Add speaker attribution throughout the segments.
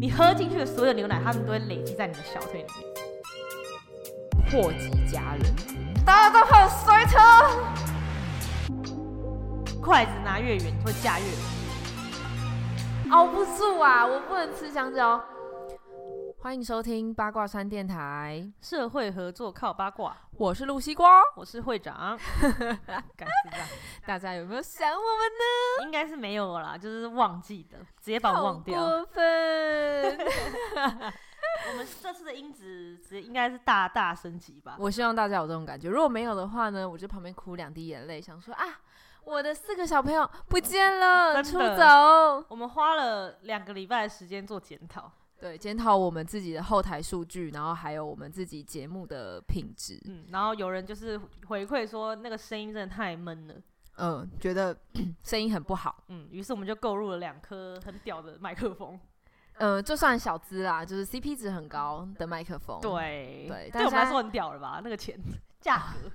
Speaker 1: 你喝进去的所有牛奶，它们都会累积在你的小腿里面。
Speaker 2: 祸及家人。
Speaker 3: 大家都很衰车，
Speaker 1: 筷子拿越远，你会架越远。
Speaker 2: 熬不住啊，我不能吃香蕉。欢迎收听八卦山电台，
Speaker 1: 社会合作靠八卦，
Speaker 2: 我是露西瓜。
Speaker 1: 我是会长。敢是这样，
Speaker 2: 大家有没有想我们
Speaker 1: 应该是没有啦，就是忘记的，直接把
Speaker 2: 呢？
Speaker 1: 我忘掉。
Speaker 2: 好过分！
Speaker 1: 我们这次的音质直接应该是大大升级吧？
Speaker 2: 我希望大家有这种感觉，如果没有的话呢，我就旁边哭两滴眼泪，想说啊，我的四个小朋友不见了，出
Speaker 1: 真的
Speaker 2: 走。
Speaker 1: 我们花了两个礼拜的时间做检讨。
Speaker 2: 对，检讨我们自己的后台数据，然后还有我们自己节目的品质。
Speaker 1: 嗯，然后有人就是回馈说那个声音真的太闷了。
Speaker 2: 嗯，觉得 声音很不好。
Speaker 1: 嗯，于是我们就购入了两颗很屌的麦克风。
Speaker 2: 呃，就算小资啦，就是 CP 值很高的麦克风。
Speaker 1: 对
Speaker 2: 对但
Speaker 1: 对我
Speaker 2: 是
Speaker 1: 们来
Speaker 2: 它
Speaker 1: 说很屌了吧？那个钱 价格，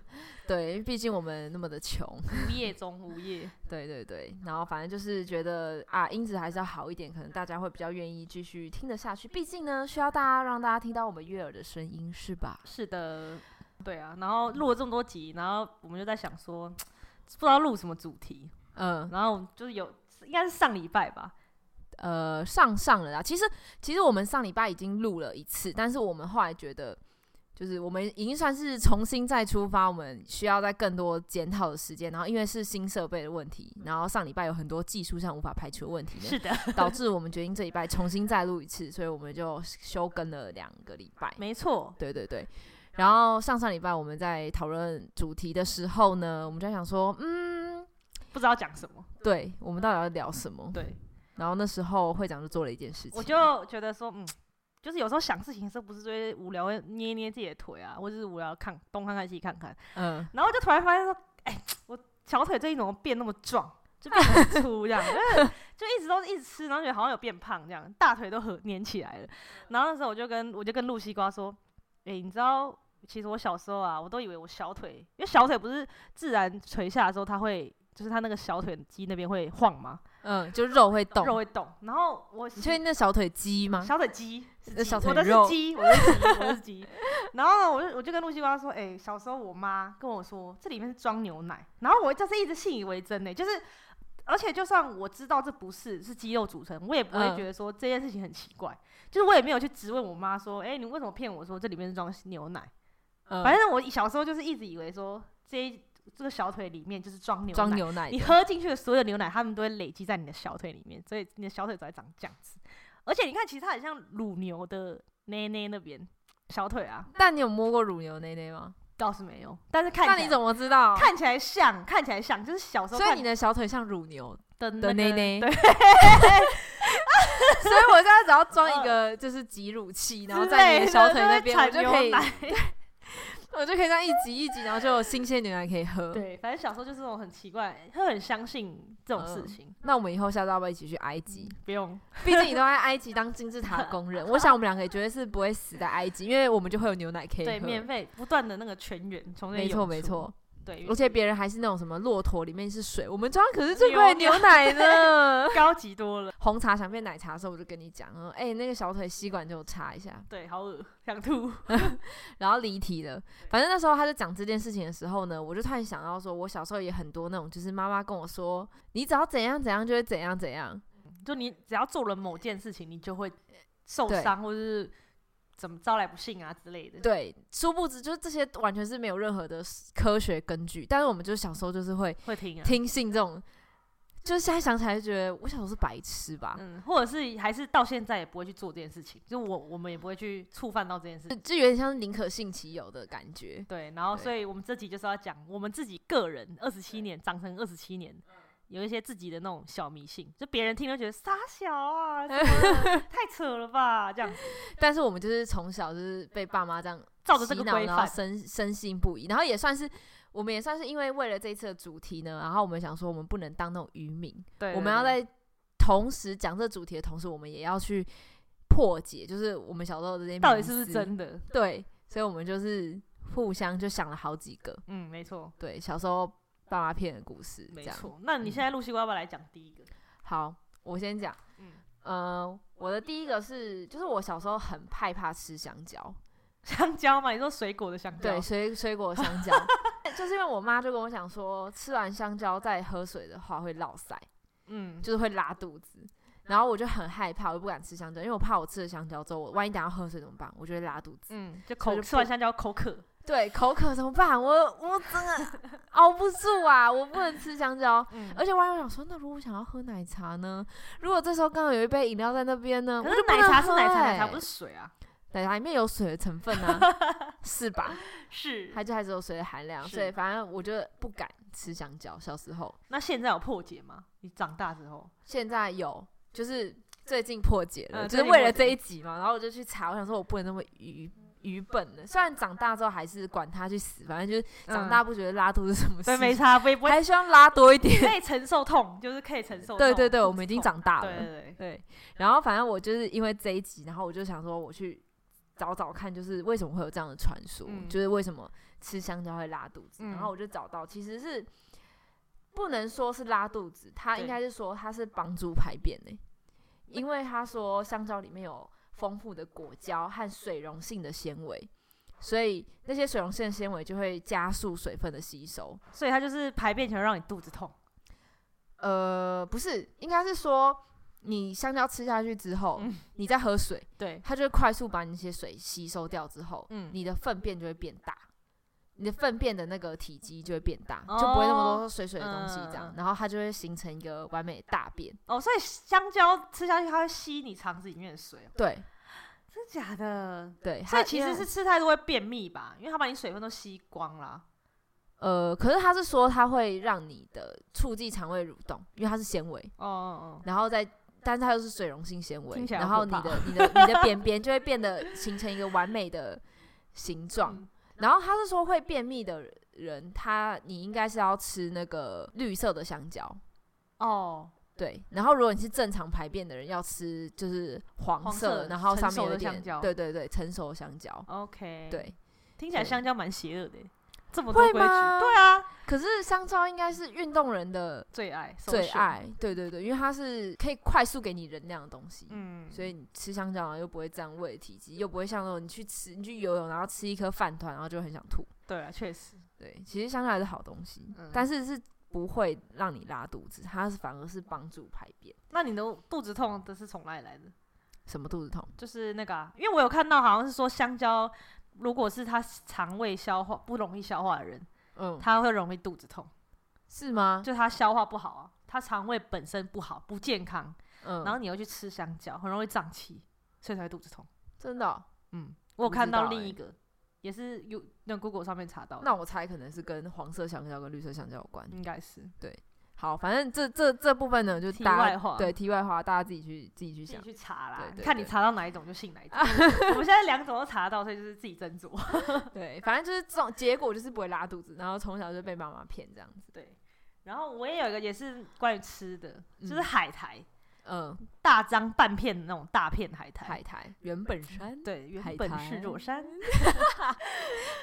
Speaker 2: 对，毕竟我们那么的穷。
Speaker 1: 无业中无业。
Speaker 2: 对对对，然后反正就是觉得啊，音质还是要好一点，可能大家会比较愿意继续听得下去。毕竟呢，需要大家让大家听到我们悦耳的声音，是吧？
Speaker 1: 是的，对啊。然后录了这么多集，然后我们就在想说，不知道录什么主题。
Speaker 2: 嗯
Speaker 1: 然后就是有，应该是上礼拜吧，
Speaker 2: 呃，上上了啦。其实其实我们上礼拜已经录了一次，但是我们后来觉得。就是我们已经算是重新再出发，我们需要在更多检讨的时间。然后因为是新设备的问题，然后上礼拜有很多技术上无法排除的问题呢，
Speaker 1: 是的，
Speaker 2: 导致我们决定这礼拜重新再录一次，所以我们就休更了两个礼拜。
Speaker 1: 没错，
Speaker 2: 对对对。然后上上礼拜我们在讨论主题的时候呢，我们就在想说，嗯，
Speaker 1: 不知道讲什么。
Speaker 2: 对我们到底要聊什么？
Speaker 1: 对，
Speaker 2: 然后那时候会长就做了一件事情，
Speaker 1: 我就觉得说，嗯，就是有时候想事情的时候，不是就会无聊会捏捏自己的腿啊，或者是无聊看东看看西看看，
Speaker 2: 嗯，
Speaker 1: 然后就突然发现说，哎、我小腿最近怎么变那么壮，就变得很粗这样， 就是就一直都是一直吃，然后觉得好像有变胖这样，大腿都很粘起来了。然后那时候我就跟我就跟露西瓜说，哎、你知道，其实我小时候啊，我都以为我小腿，因为小腿不是自然垂下的时候，它会就是它那个小腿肌那边会晃嘛，
Speaker 2: 嗯，就肉会动。
Speaker 1: 肉会动。然后我
Speaker 2: 你确定那小腿肌吗？
Speaker 1: 小腿肌是
Speaker 2: 那
Speaker 1: 鸡
Speaker 2: 啊呃小腿
Speaker 1: 我的
Speaker 2: 肉
Speaker 1: 是鸡，我的是鸡，我的是 鸡。然后呢，我就我就跟陆西瓜说，哎、小时候我妈跟我说这里面是装牛奶，然后我就是一直信以为真呢、就是而且就算我知道这不是是肌肉组成，我也不会
Speaker 2: 嗯
Speaker 1: 觉得说这件事情很奇怪，就是我也没有去质问我妈说，哎、你为什么骗我说这里面是装牛奶？
Speaker 2: 嗯
Speaker 1: 反正我小时候就是一直以为说这一这个小腿里面就是装牛奶，
Speaker 2: 装牛奶的
Speaker 1: 你喝进去的所有牛奶，它们都会累积在你的小腿里面，所以你的小腿才会长这样子。而且你看，其实它很像乳牛的奶奶那边小腿啊，
Speaker 2: 但你有摸过乳牛内内吗？
Speaker 1: 倒是没有，但是看
Speaker 2: 那
Speaker 1: 起来
Speaker 2: 你怎么知道？
Speaker 1: 看起来像，看起来像，就是小时候
Speaker 2: 所以
Speaker 1: 看
Speaker 2: 你的小腿像乳牛，
Speaker 1: 的那
Speaker 2: 的
Speaker 1: 个
Speaker 2: 内内
Speaker 1: 对
Speaker 2: 所以我现在只要装一个就是挤乳器，然后在你的小腿那边，我
Speaker 1: 之
Speaker 2: 就
Speaker 1: 类的
Speaker 2: 可
Speaker 1: 就是产牛
Speaker 2: 以，
Speaker 1: 奶
Speaker 2: 我呃就可以这样一挤一挤，然后就有新鲜牛奶可以喝。
Speaker 1: 对，反正小时候就是那种很奇怪，会很相信这种事
Speaker 2: 嗯
Speaker 1: 情，
Speaker 2: 那我们以后下次要不要一起去埃及？
Speaker 1: 不用
Speaker 2: 毕竟你都在埃及当金字塔的工人，我想我们两个也绝对是不会死在埃及，因为我们就会有牛奶可以喝。
Speaker 1: 对免费不断的那个全员从那里
Speaker 2: 没错
Speaker 1: 涌
Speaker 2: 没
Speaker 1: 出
Speaker 2: 错，
Speaker 1: 对，
Speaker 2: 而且别人还是那种什么骆驼里面是水，我们装的可是最贵的
Speaker 1: 牛
Speaker 2: 牛奶呢。
Speaker 1: 高级多了，
Speaker 2: 红茶想变奶茶的时候，我就跟你讲，嗯，哎、那个小腿吸管就插一下，
Speaker 1: 对，好恶想吐，
Speaker 2: 然后离题了。反正那时候他就讲这件事情的时候呢，我就突然想到说，我小时候也很多那种，就是妈妈跟我说，你只要怎样怎样就会怎样怎样。
Speaker 1: 就你只要做了某件事情，你就会受
Speaker 2: 对
Speaker 1: 伤，或者是怎么招来不幸啊之类的。
Speaker 2: 对，殊不知就是这些完全是没有任何的科学根据，但是我们就是小时候就是会
Speaker 1: 会听啊，
Speaker 2: 听信这种，就是现在想起来就觉得我小时候是白痴吧。
Speaker 1: 嗯，或者是还是到现在也不会去做这件事情，就我我们也不会去触犯到这件事
Speaker 2: 就
Speaker 1: 情。
Speaker 2: 就有点像是宁可信其有的感觉，
Speaker 1: 对，然后
Speaker 2: 嗯对
Speaker 1: 所以我们这集就是要讲我们自己个人二十七年长成二十七年。有一些自己的那种小迷信，就别人听都觉得傻小 啊，什么的太扯了吧，这样子
Speaker 2: 但是我们就是从小就是被爸妈这样
Speaker 1: 照着这个
Speaker 2: 洗脑
Speaker 1: 规
Speaker 2: 然后
Speaker 1: 范，
Speaker 2: 深深信不疑，然后也算是我们也算是因为为了这一次的主题呢，然后我们想说我们不能当那种渔民，
Speaker 1: 对，
Speaker 2: 我们要
Speaker 1: 对
Speaker 2: 在同时讲这主题的同时，我们也要去破解，就是我们小时候的这些
Speaker 1: 对到底
Speaker 2: 迷
Speaker 1: 是不是
Speaker 2: 思
Speaker 1: 真的？
Speaker 2: 对，所以我们就是互相就想了好几个，
Speaker 1: 嗯，没错，
Speaker 2: 对，小时候爸妈骗的故事，
Speaker 1: 没
Speaker 2: 这样。嗯
Speaker 1: 错。那你现在露西瓜要不要来讲第一个？
Speaker 2: 好，我先讲，
Speaker 1: 嗯
Speaker 2: 呃，我的第一个是，就是我小时候很害怕吃香蕉，
Speaker 1: 香蕉嘛，你说水果的香蕉，
Speaker 2: 对，水水果香 蕉，就是因为我妈就跟我讲说，吃完香蕉再喝水的话会落腮，
Speaker 1: 嗯，
Speaker 2: 就是会拉肚子。然后我就很害怕，我就不敢吃香蕉，因为我怕我吃了香蕉之后，我万一等下喝水怎么办？我就会拉肚子。
Speaker 1: 嗯，就
Speaker 2: 所以
Speaker 1: 口
Speaker 2: 就
Speaker 1: 吃完
Speaker 2: 不
Speaker 1: 香蕉口渴，
Speaker 2: 对，口渴怎么办？我我真的 熬不住啊，我不能吃香蕉。
Speaker 1: 嗯，
Speaker 2: 而且我还想说，那如果我想要喝奶茶呢？如果这时候刚好有一杯饮料在那边呢，
Speaker 1: 可
Speaker 2: 呃我
Speaker 1: 是
Speaker 2: 就不
Speaker 1: 奶
Speaker 2: 能
Speaker 1: 茶是
Speaker 2: 喝
Speaker 1: 奶茶，奶
Speaker 2: 欸
Speaker 1: 茶不是水啊，
Speaker 2: 奶茶里面有水的成分 啊，是吧？
Speaker 1: 是。
Speaker 2: 它就还是有水的含量，所以
Speaker 1: 是
Speaker 2: 反正我就不敢吃香蕉。小时候，
Speaker 1: 那现在有破解吗？你长大之后，
Speaker 2: 现在有，就是最近破解了，
Speaker 1: 嗯
Speaker 2: 就
Speaker 1: 最
Speaker 2: 是
Speaker 1: 近
Speaker 2: 为
Speaker 1: 破
Speaker 2: 了
Speaker 1: 解
Speaker 2: 这一集嘛。然后我就去查，我想说我不能那么愚愚笨的。虽然长大之后还是管他去死，反正就是长大
Speaker 1: 嗯
Speaker 2: 不觉得拉肚子什么事
Speaker 1: 对，没
Speaker 2: 情，
Speaker 1: 差，不会不会
Speaker 2: 还希望拉多一点。
Speaker 1: 可以承受痛，就是可以承受。
Speaker 2: 对对对，我们已经
Speaker 1: 长
Speaker 2: 长大
Speaker 1: 大
Speaker 2: 了
Speaker 1: 对。对对，
Speaker 2: 对，然后反正我就是因为这一集，然后我就想说我去找找看，就是为什么会有这样的传说，
Speaker 1: 嗯
Speaker 2: 就是为什么吃香蕉会拉肚子。然后
Speaker 1: 嗯
Speaker 2: 我就找到，其实是不能说是拉肚子，他应
Speaker 1: 对
Speaker 2: 该是说他是帮助排便呢、因为他说香蕉里面有丰富的果胶和水溶性的纤维。所以那些水溶性的纤维就会加速水分的吸收，
Speaker 1: 所以它就是排便前让你肚子痛，
Speaker 2: 呃，不是，应该是说你香蕉吃下去之后，
Speaker 1: 嗯
Speaker 2: 你再喝水，
Speaker 1: 对，
Speaker 2: 它就会快速把你那些水吸收掉之后，
Speaker 1: 嗯
Speaker 2: 你的粪便就会变大，你的粪便的那个体积就会变大，
Speaker 1: 哦
Speaker 2: 就不会那么多水水的东西这样，
Speaker 1: 嗯
Speaker 2: 然后它就会形成一个完美的大便。
Speaker 1: 哦，所以香蕉吃下去，它会吸你肠子里面的水哦，
Speaker 2: 对
Speaker 1: 真的假的？
Speaker 2: 对，
Speaker 1: 所以
Speaker 2: 它
Speaker 1: 其
Speaker 2: 因
Speaker 1: 实
Speaker 2: 为
Speaker 1: 是吃太多会便秘吧，因为它把你水分都吸光啦。
Speaker 2: 呃，可是它是说它会让你的促进肠胃蠕动，因为它是纤维，
Speaker 1: 哦哦
Speaker 2: 然后再。但是它又是水溶性纤维
Speaker 1: 听，起来
Speaker 2: 然
Speaker 1: 好
Speaker 2: 后
Speaker 1: 可
Speaker 2: 你
Speaker 1: 怕
Speaker 2: 的你的你的便便就会变得形成一个完美的形状，
Speaker 1: 嗯
Speaker 2: 然后他是说会便秘的人，他你应该是要吃那个绿色的香蕉，
Speaker 1: 哦哦，
Speaker 2: 对。然后如果你是正常排便的人，要吃就是黄
Speaker 1: 黄色
Speaker 2: 色，然后上面
Speaker 1: 成
Speaker 2: 有
Speaker 1: 熟的
Speaker 2: 点
Speaker 1: 香蕉
Speaker 2: 对对对，成熟的香蕉，
Speaker 1: OK，，
Speaker 2: 对。
Speaker 1: 听起来
Speaker 2: 对
Speaker 1: 香蕉蛮邪恶的耶，这么多
Speaker 2: 会
Speaker 1: 规矩，
Speaker 2: 吗
Speaker 1: 对啊，
Speaker 2: 可是香蕉应该是运动人的
Speaker 1: 最爱
Speaker 2: 最，爱，对对对，因为它是可以快速给你能量的东西。
Speaker 1: 嗯，
Speaker 2: 所以你吃香蕉然后又不会占胃体积，又不会像那种你去吃你去游泳，然后吃一颗饭团，然后就很想吐。
Speaker 1: 对啊，确实，
Speaker 2: 对，其实香蕉还是好东西，
Speaker 1: 嗯
Speaker 2: 但是是不会让你拉肚子，它是反而是帮助排便。
Speaker 1: 那你的肚子痛的是从哪里来的？
Speaker 2: 什么肚子痛？
Speaker 1: 就是那个、啊，因为我有看到好像是说香蕉，如果是它肠胃消化不容易消化的人，
Speaker 2: 嗯，
Speaker 1: 它会容易肚子痛，
Speaker 2: 是吗？
Speaker 1: 就它消化不好啊，它肠胃本身不好不健康，
Speaker 2: 嗯，
Speaker 1: 然后你又去吃香蕉，很容易胀气，所以才会肚子痛。
Speaker 2: 真的哦、
Speaker 1: 嗯，我有
Speaker 2: 不知
Speaker 1: 看到
Speaker 2: 道
Speaker 1: 另
Speaker 2: 欸
Speaker 1: 一个、也是有那 Google 上面查到的，
Speaker 2: 那我猜可能是跟黄色香蕉跟绿色香蕉有关。
Speaker 1: 应该是
Speaker 2: 好，反正这这这部分呢，就
Speaker 1: 题
Speaker 2: 大家
Speaker 1: 外话
Speaker 2: 对题外话，大家自己去自己去
Speaker 1: 自
Speaker 2: 想
Speaker 1: 己。去查啦
Speaker 2: 对，对
Speaker 1: 看你
Speaker 2: 对
Speaker 1: 查到哪一种就信哪一种。 我们现在两种都查到，所以就是自己斟酌。
Speaker 2: 对，反正就是这种结果就是不会拉肚子，然后从小就被妈妈骗这样子。
Speaker 1: 对，然后我也有一个也是关于吃的，就是
Speaker 2: 嗯
Speaker 1: 海苔。
Speaker 2: 嗯，
Speaker 1: 大张半片的那种大片海苔，
Speaker 2: 海苔原 本山，
Speaker 1: 对，原
Speaker 2: 海
Speaker 1: 本
Speaker 2: 苔
Speaker 1: 是座山。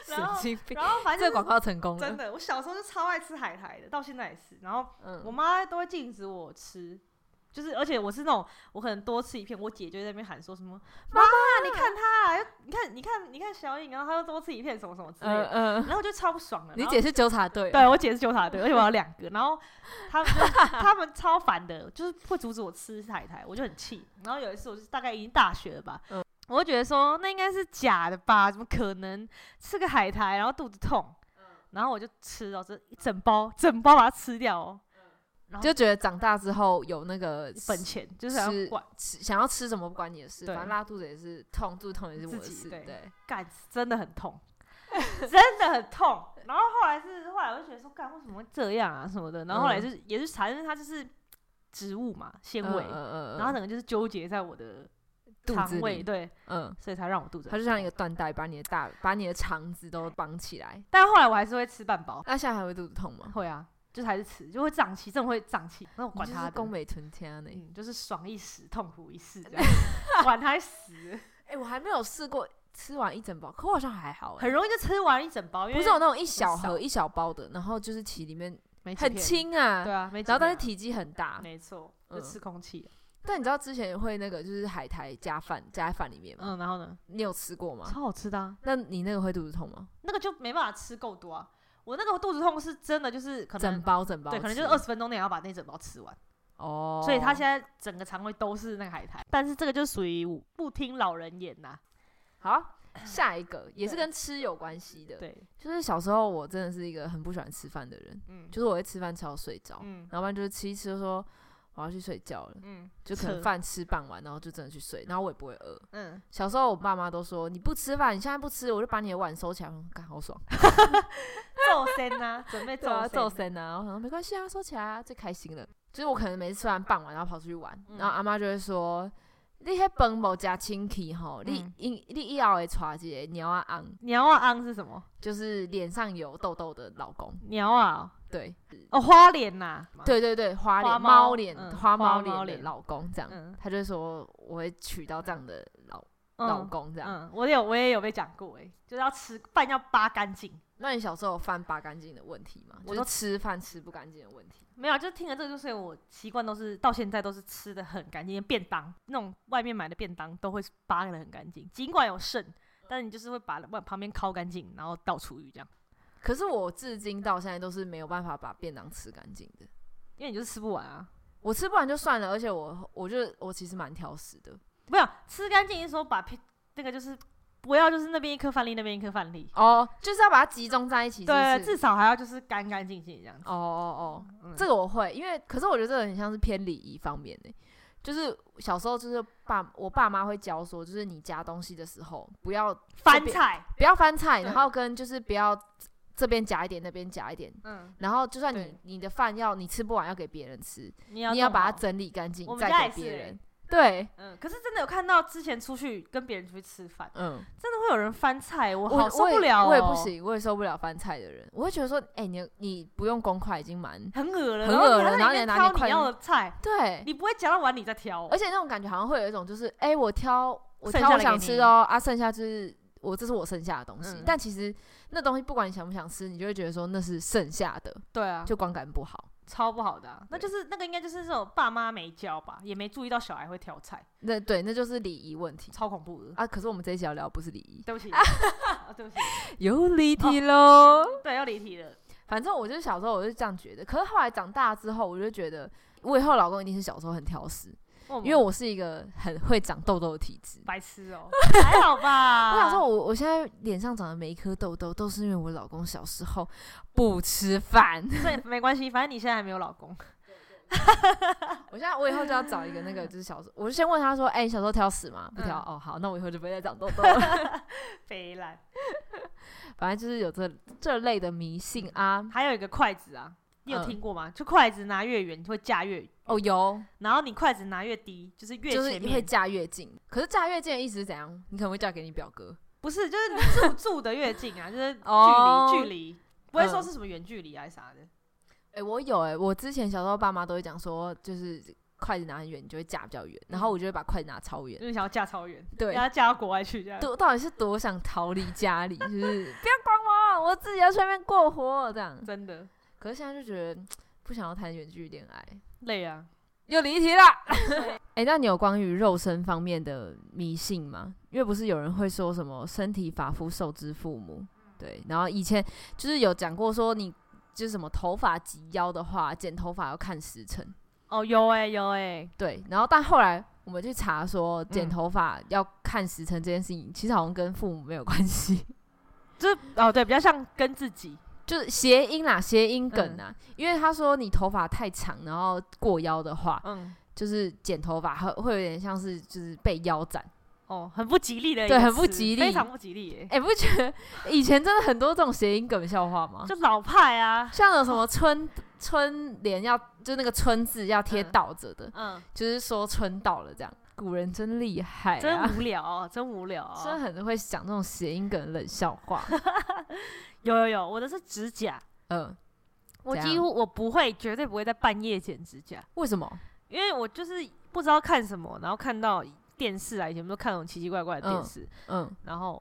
Speaker 2: 神
Speaker 1: 然后，
Speaker 2: 经病，
Speaker 1: 然后反
Speaker 2: 这
Speaker 1: 正
Speaker 2: 个
Speaker 1: 就
Speaker 2: 广
Speaker 1: 是
Speaker 2: 告成功
Speaker 1: 真
Speaker 2: 了。
Speaker 1: 的，我小时候就超爱吃海苔的，到现在也是。然后我
Speaker 2: 嗯，
Speaker 1: 妈都会禁止我吃。就是，而且我是那种，我可能多吃一片，我姐就在那边喊说什么“妈妈，你看她啊，你看，你看，你看小颖啊，然后她又多吃一片什么什么之类
Speaker 2: 嗯
Speaker 1: 的”，
Speaker 2: 嗯，
Speaker 1: 然后我就超不爽了。
Speaker 2: 你
Speaker 1: 然后
Speaker 2: 姐是纠察队哦，
Speaker 1: 对我姐是纠察队，而且我有两个，然后他 们就他们超烦的，就是会阻止我吃海苔，我就很气。然后有一次，我是大概已经大学了吧，
Speaker 2: 嗯
Speaker 1: 我就觉得说那应该是假的吧，怎么可能吃个海苔然后肚子痛？
Speaker 2: 嗯
Speaker 1: 然后我就吃哦了这一整包，整包把它吃掉哦，
Speaker 2: 就觉得长大之后有那个
Speaker 1: 本钱就是要
Speaker 2: 吃
Speaker 1: 管
Speaker 2: 吃想要吃什么不关你的事，
Speaker 1: 对
Speaker 2: 反正拉肚子也是痛，肚子痛也是我的
Speaker 1: 自己
Speaker 2: 事，
Speaker 1: 对
Speaker 2: 对。
Speaker 1: 干，真的很痛， 真的很痛。然后后来是后来我就觉得说干为什么会这样啊什么的，然后后来
Speaker 2: 嗯
Speaker 1: 就是、也是查，因为它就是植物嘛，纤维。
Speaker 2: 嗯嗯嗯，
Speaker 1: 然后整个就是纠结在我的
Speaker 2: 肚子
Speaker 1: 肠
Speaker 2: 里
Speaker 1: 胃，对，
Speaker 2: 嗯，
Speaker 1: 所以才让我肚子
Speaker 2: 它
Speaker 1: 很痛。
Speaker 2: 就像一个缎带，把你的大把你的肠子都绑起来。
Speaker 1: 但后来我还是会吃半包，
Speaker 2: 那现在还会肚子痛吗？
Speaker 1: 会啊，就是还是吃，就会胀气，真的会胀气。那我管
Speaker 2: 你就
Speaker 1: 他
Speaker 2: 是
Speaker 1: 的
Speaker 2: 宫，美存天啊你。
Speaker 1: 嗯，就是爽一时，痛苦一世，这 样管他死，
Speaker 2: 哎，我还没有试过吃完一整包，可我好像还好哎
Speaker 1: 很。容易就吃完一整包，因为
Speaker 2: 不是有哦那种一小
Speaker 1: 很
Speaker 2: 盒一小包的，然后就是其里面
Speaker 1: 没几
Speaker 2: 很
Speaker 1: 片，
Speaker 2: 轻啊
Speaker 1: 对，啊，没几
Speaker 2: 然后但是
Speaker 1: 片
Speaker 2: 体积很
Speaker 1: 啊
Speaker 2: 大。
Speaker 1: 没错，就
Speaker 2: 嗯
Speaker 1: 吃空气。
Speaker 2: 但你知道之前会那个就是海苔加饭加在饭里面吗？
Speaker 1: 嗯，然后呢，
Speaker 2: 你有吃过吗？
Speaker 1: 超好吃的、啊，
Speaker 2: 那你那个会肚子痛吗？
Speaker 1: 那个就没办法吃够多啊。我那个肚子痛是真的，就是可
Speaker 2: 整
Speaker 1: 能
Speaker 2: 包整包吃，
Speaker 1: 对，可能就是二十分钟内要把那整包吃完。
Speaker 2: 哦。
Speaker 1: 所以他现在整个肠胃都是那个海苔，但是这个就属于不听老人言呐、
Speaker 2: 好，下一个也是
Speaker 1: 对
Speaker 2: 跟吃有关系的，
Speaker 1: 对，
Speaker 2: 就是小时候我真的是一个很不喜欢吃饭的人，
Speaker 1: 嗯，
Speaker 2: 就是我会吃饭吃到睡着，
Speaker 1: 嗯
Speaker 2: 然后不然就是吃一吃就说我要去睡觉了，
Speaker 1: 嗯
Speaker 2: 就可能
Speaker 1: 扯
Speaker 2: 饭吃半碗，然后就真的去睡，然后我也不会饿。
Speaker 1: 嗯，
Speaker 2: 小时候我爸妈都说你不吃饭，你现在不吃，我就把你的碗收起来，我说干好爽，
Speaker 1: 揍身 呐，准备
Speaker 2: 对
Speaker 1: 揍
Speaker 2: 啊，
Speaker 1: 身
Speaker 2: 揍神啊！我想说没关系啊，收起来啊，最开心了。就是我可能每次吃完半碗，然后跑出去玩，
Speaker 1: 嗯
Speaker 2: 然后阿妈就会说。你迄饭无食清气吼，你
Speaker 1: 嗯
Speaker 2: 以你以后会娶一个猫仔昂，
Speaker 1: 鸟啊昂是什么？
Speaker 2: 就是脸上有痘痘的老公。
Speaker 1: 鸟啊
Speaker 2: 对，
Speaker 1: 哦，花脸呐、
Speaker 2: 对对对，
Speaker 1: 花
Speaker 2: 花
Speaker 1: 猫
Speaker 2: 脸、猫脸、
Speaker 1: 嗯花
Speaker 2: 花猫
Speaker 1: 猫
Speaker 2: 脸的
Speaker 1: 脸
Speaker 2: 老公这样，
Speaker 1: 嗯
Speaker 2: 他就会说我会娶到这样的老、
Speaker 1: 嗯
Speaker 2: 老公这样。
Speaker 1: 嗯，我有我也有被讲过哎、就是要吃饭要扒干净，
Speaker 2: 那你小时候有犯八干净的问题吗？
Speaker 1: 我
Speaker 2: 就
Speaker 1: 都
Speaker 2: 是吃饭吃不干净的问题。
Speaker 1: 没有啊，就是听了这个，就是我习惯都是到现在都是吃的很干净，连便当那种外面买的便当都会扒的很干净，尽管有剩，但你就是会把把旁边敲干净，然后倒厨余这样，
Speaker 2: 可是我至今到现在都是没有办法把便当吃干净的。
Speaker 1: 因为你就是吃不完啊。
Speaker 2: 我吃不完就算了，而且我我就我其实蛮挑食的。
Speaker 1: 没有吃干净是说把片那个就是不要就是那边一颗饭粒那边一颗饭粒，
Speaker 2: 哦，就是要把它集中在一起是不
Speaker 1: 对，
Speaker 2: 是，
Speaker 1: 至少还要就是干干净净这样子。
Speaker 2: 哦哦哦，
Speaker 1: 嗯
Speaker 2: 这个我会，因为可是我觉得这个很像是偏礼仪方面的，就是小时候就是爸我爸妈会教说，就是你夹东西的时候不要这
Speaker 1: 翻
Speaker 2: 边
Speaker 1: 菜，
Speaker 2: 不要翻菜，
Speaker 1: 对
Speaker 2: 然后跟就是不要这边夹一点那边夹一点，
Speaker 1: 嗯，
Speaker 2: 然后就算你
Speaker 1: 对
Speaker 2: 你的饭要你吃不完要给别人吃，
Speaker 1: 你要
Speaker 2: 你要
Speaker 1: 弄
Speaker 2: 把
Speaker 1: 好
Speaker 2: 它整理干净
Speaker 1: 我们家
Speaker 2: 再
Speaker 1: 也
Speaker 2: 给
Speaker 1: 是
Speaker 2: 别
Speaker 1: 欸
Speaker 2: 人。对，
Speaker 1: 嗯，可是真的有看到之前出去跟别人出去吃饭，
Speaker 2: 嗯，
Speaker 1: 真的会有人翻菜，我
Speaker 2: 我
Speaker 1: 好受
Speaker 2: 我也
Speaker 1: 不了、哦
Speaker 2: 我也不，行，我也受不了翻菜的人，我会觉得说，哎、你你不用公筷已经蛮
Speaker 1: 很恶了，
Speaker 2: 很恶了
Speaker 1: 然
Speaker 2: 然
Speaker 1: 后
Speaker 2: 后
Speaker 1: 你还
Speaker 2: 你哎
Speaker 1: 在那边
Speaker 2: 拿那
Speaker 1: 挑
Speaker 2: 筷
Speaker 1: 你
Speaker 2: 子
Speaker 1: 要的菜，
Speaker 2: 对，
Speaker 1: 你不会夹到碗里再挑，哦
Speaker 2: 而且那种感觉好像会有一种就是，哎、我挑我
Speaker 1: 剩
Speaker 2: 挑
Speaker 1: 下
Speaker 2: 我
Speaker 1: 的
Speaker 2: 想
Speaker 1: 给
Speaker 2: 吃
Speaker 1: 你
Speaker 2: 的哦，啊，剩下就是我这是我剩下的东西。
Speaker 1: 嗯
Speaker 2: 但其实那东西不管你想不想吃，你就会觉得说那是剩下的，
Speaker 1: 对啊，就
Speaker 2: 就观感不好。
Speaker 1: 超不好的啊、那
Speaker 2: 对
Speaker 1: 就是那个应该就是这种爸妈没教吧，也没注意到小孩会挑菜，
Speaker 2: 那对，那就是礼仪问题
Speaker 1: 超恐怖的。
Speaker 2: 啊。可是我们这一集要聊不是礼 仪，
Speaker 1: 对不起，啊对不起，
Speaker 2: 有离题喽。
Speaker 1: 对，要离题了。
Speaker 2: 反正我就是小时候我是这样觉得，可是后来长大之后，我就觉得我以后老公一定是小时候很挑食，因为
Speaker 1: 我
Speaker 2: 我是一个很会长痘痘的体质。
Speaker 1: 白痴 哦、还好吧。
Speaker 2: 我想说我，我现在脸上长的每一颗痘痘，都是因为我老公小时候不吃饭。
Speaker 1: 所以没关系，反正你现在还没有老公。
Speaker 2: 我现在我以后就要找一个那个，就是小时候，我就先问他说：“哎、你小时候挑食吗？不挑、
Speaker 1: 嗯
Speaker 2: 哦，好，那我以后就不会再长痘痘了。
Speaker 1: 肥兰，
Speaker 2: 反正就是有这这类的迷信啊。
Speaker 1: 还有一个筷子啊，你有
Speaker 2: 嗯
Speaker 1: 听过吗？就筷子拿越远会架越，
Speaker 2: 哦，有，
Speaker 1: 然后你筷子拿越低，就是越
Speaker 2: 就是
Speaker 1: 前
Speaker 2: 会
Speaker 1: 面。
Speaker 2: 嫁越近。可是嫁越近的意思是怎样？你可能会嫁给你表哥。
Speaker 1: 不是，就是你住 住的越近啊，就是距离、
Speaker 2: 哦
Speaker 1: 距离，不会
Speaker 2: 嗯
Speaker 1: 说是什么远距离啊还是啥的。
Speaker 2: 哎、我有哎、我之前小时候爸妈都会讲说，就是筷子拿很远，你就会嫁比较远。然后我就会把筷子拿超远
Speaker 1: 就。是想要嫁超远，
Speaker 2: 嗯对
Speaker 1: 要嫁到国外去这样。
Speaker 2: 多到底是多想逃离家里，就是不要管我，我自己要去外面过活这样。
Speaker 1: 真的
Speaker 2: 可是现在就觉得不想要谈远距离恋爱，
Speaker 1: 累啊。
Speaker 2: 又离题了。 哎、那你有关于肉身方面的迷信吗？因为不是有人会说什么“身体发肤受之父母”，对。然后以前就是有讲过说你，就是什么头发及腰的话，剪头发要看时辰，
Speaker 1: 哦，有哎、有哎、
Speaker 2: 对。然后但后来我们去查说，剪
Speaker 1: 嗯
Speaker 2: 头发要看时辰这件事情，其实好像跟父母没有关系。
Speaker 1: 就是哦，对，比较像跟自己。
Speaker 2: 就是谐音啦，谐音梗啦，因为他说你头发太长，然后过腰的话，
Speaker 1: 嗯，
Speaker 2: 就是剪头发会会有点像是就是被腰斩。
Speaker 1: 哦，很不吉利的一
Speaker 2: 对
Speaker 1: 个
Speaker 2: 很不
Speaker 1: 词
Speaker 2: 吉利
Speaker 1: 非常不吉利耶、
Speaker 2: 哎、不觉得以前真的很多这种谐音梗笑话吗？
Speaker 1: 就老派啊。
Speaker 2: 像有什么春春联要，就那个春字要贴
Speaker 1: 嗯
Speaker 2: 倒着的，
Speaker 1: 嗯，
Speaker 2: 就是说春到了这样。古人真厉害、啊，
Speaker 1: 真无聊、哦，真无聊、哦。
Speaker 2: 真的很会讲这种谐音梗冷笑话。
Speaker 1: 有有有，我的是指甲，
Speaker 2: 嗯，
Speaker 1: 我
Speaker 2: 怎
Speaker 1: 几
Speaker 2: 样
Speaker 1: 乎我不会，绝对不会在半夜剪指甲，
Speaker 2: 为什么？
Speaker 1: 因为我就是不知道看什么，然后看到电视啊，以前不是看那种奇奇怪怪的
Speaker 2: 嗯
Speaker 1: 电视，
Speaker 2: 嗯，
Speaker 1: 然后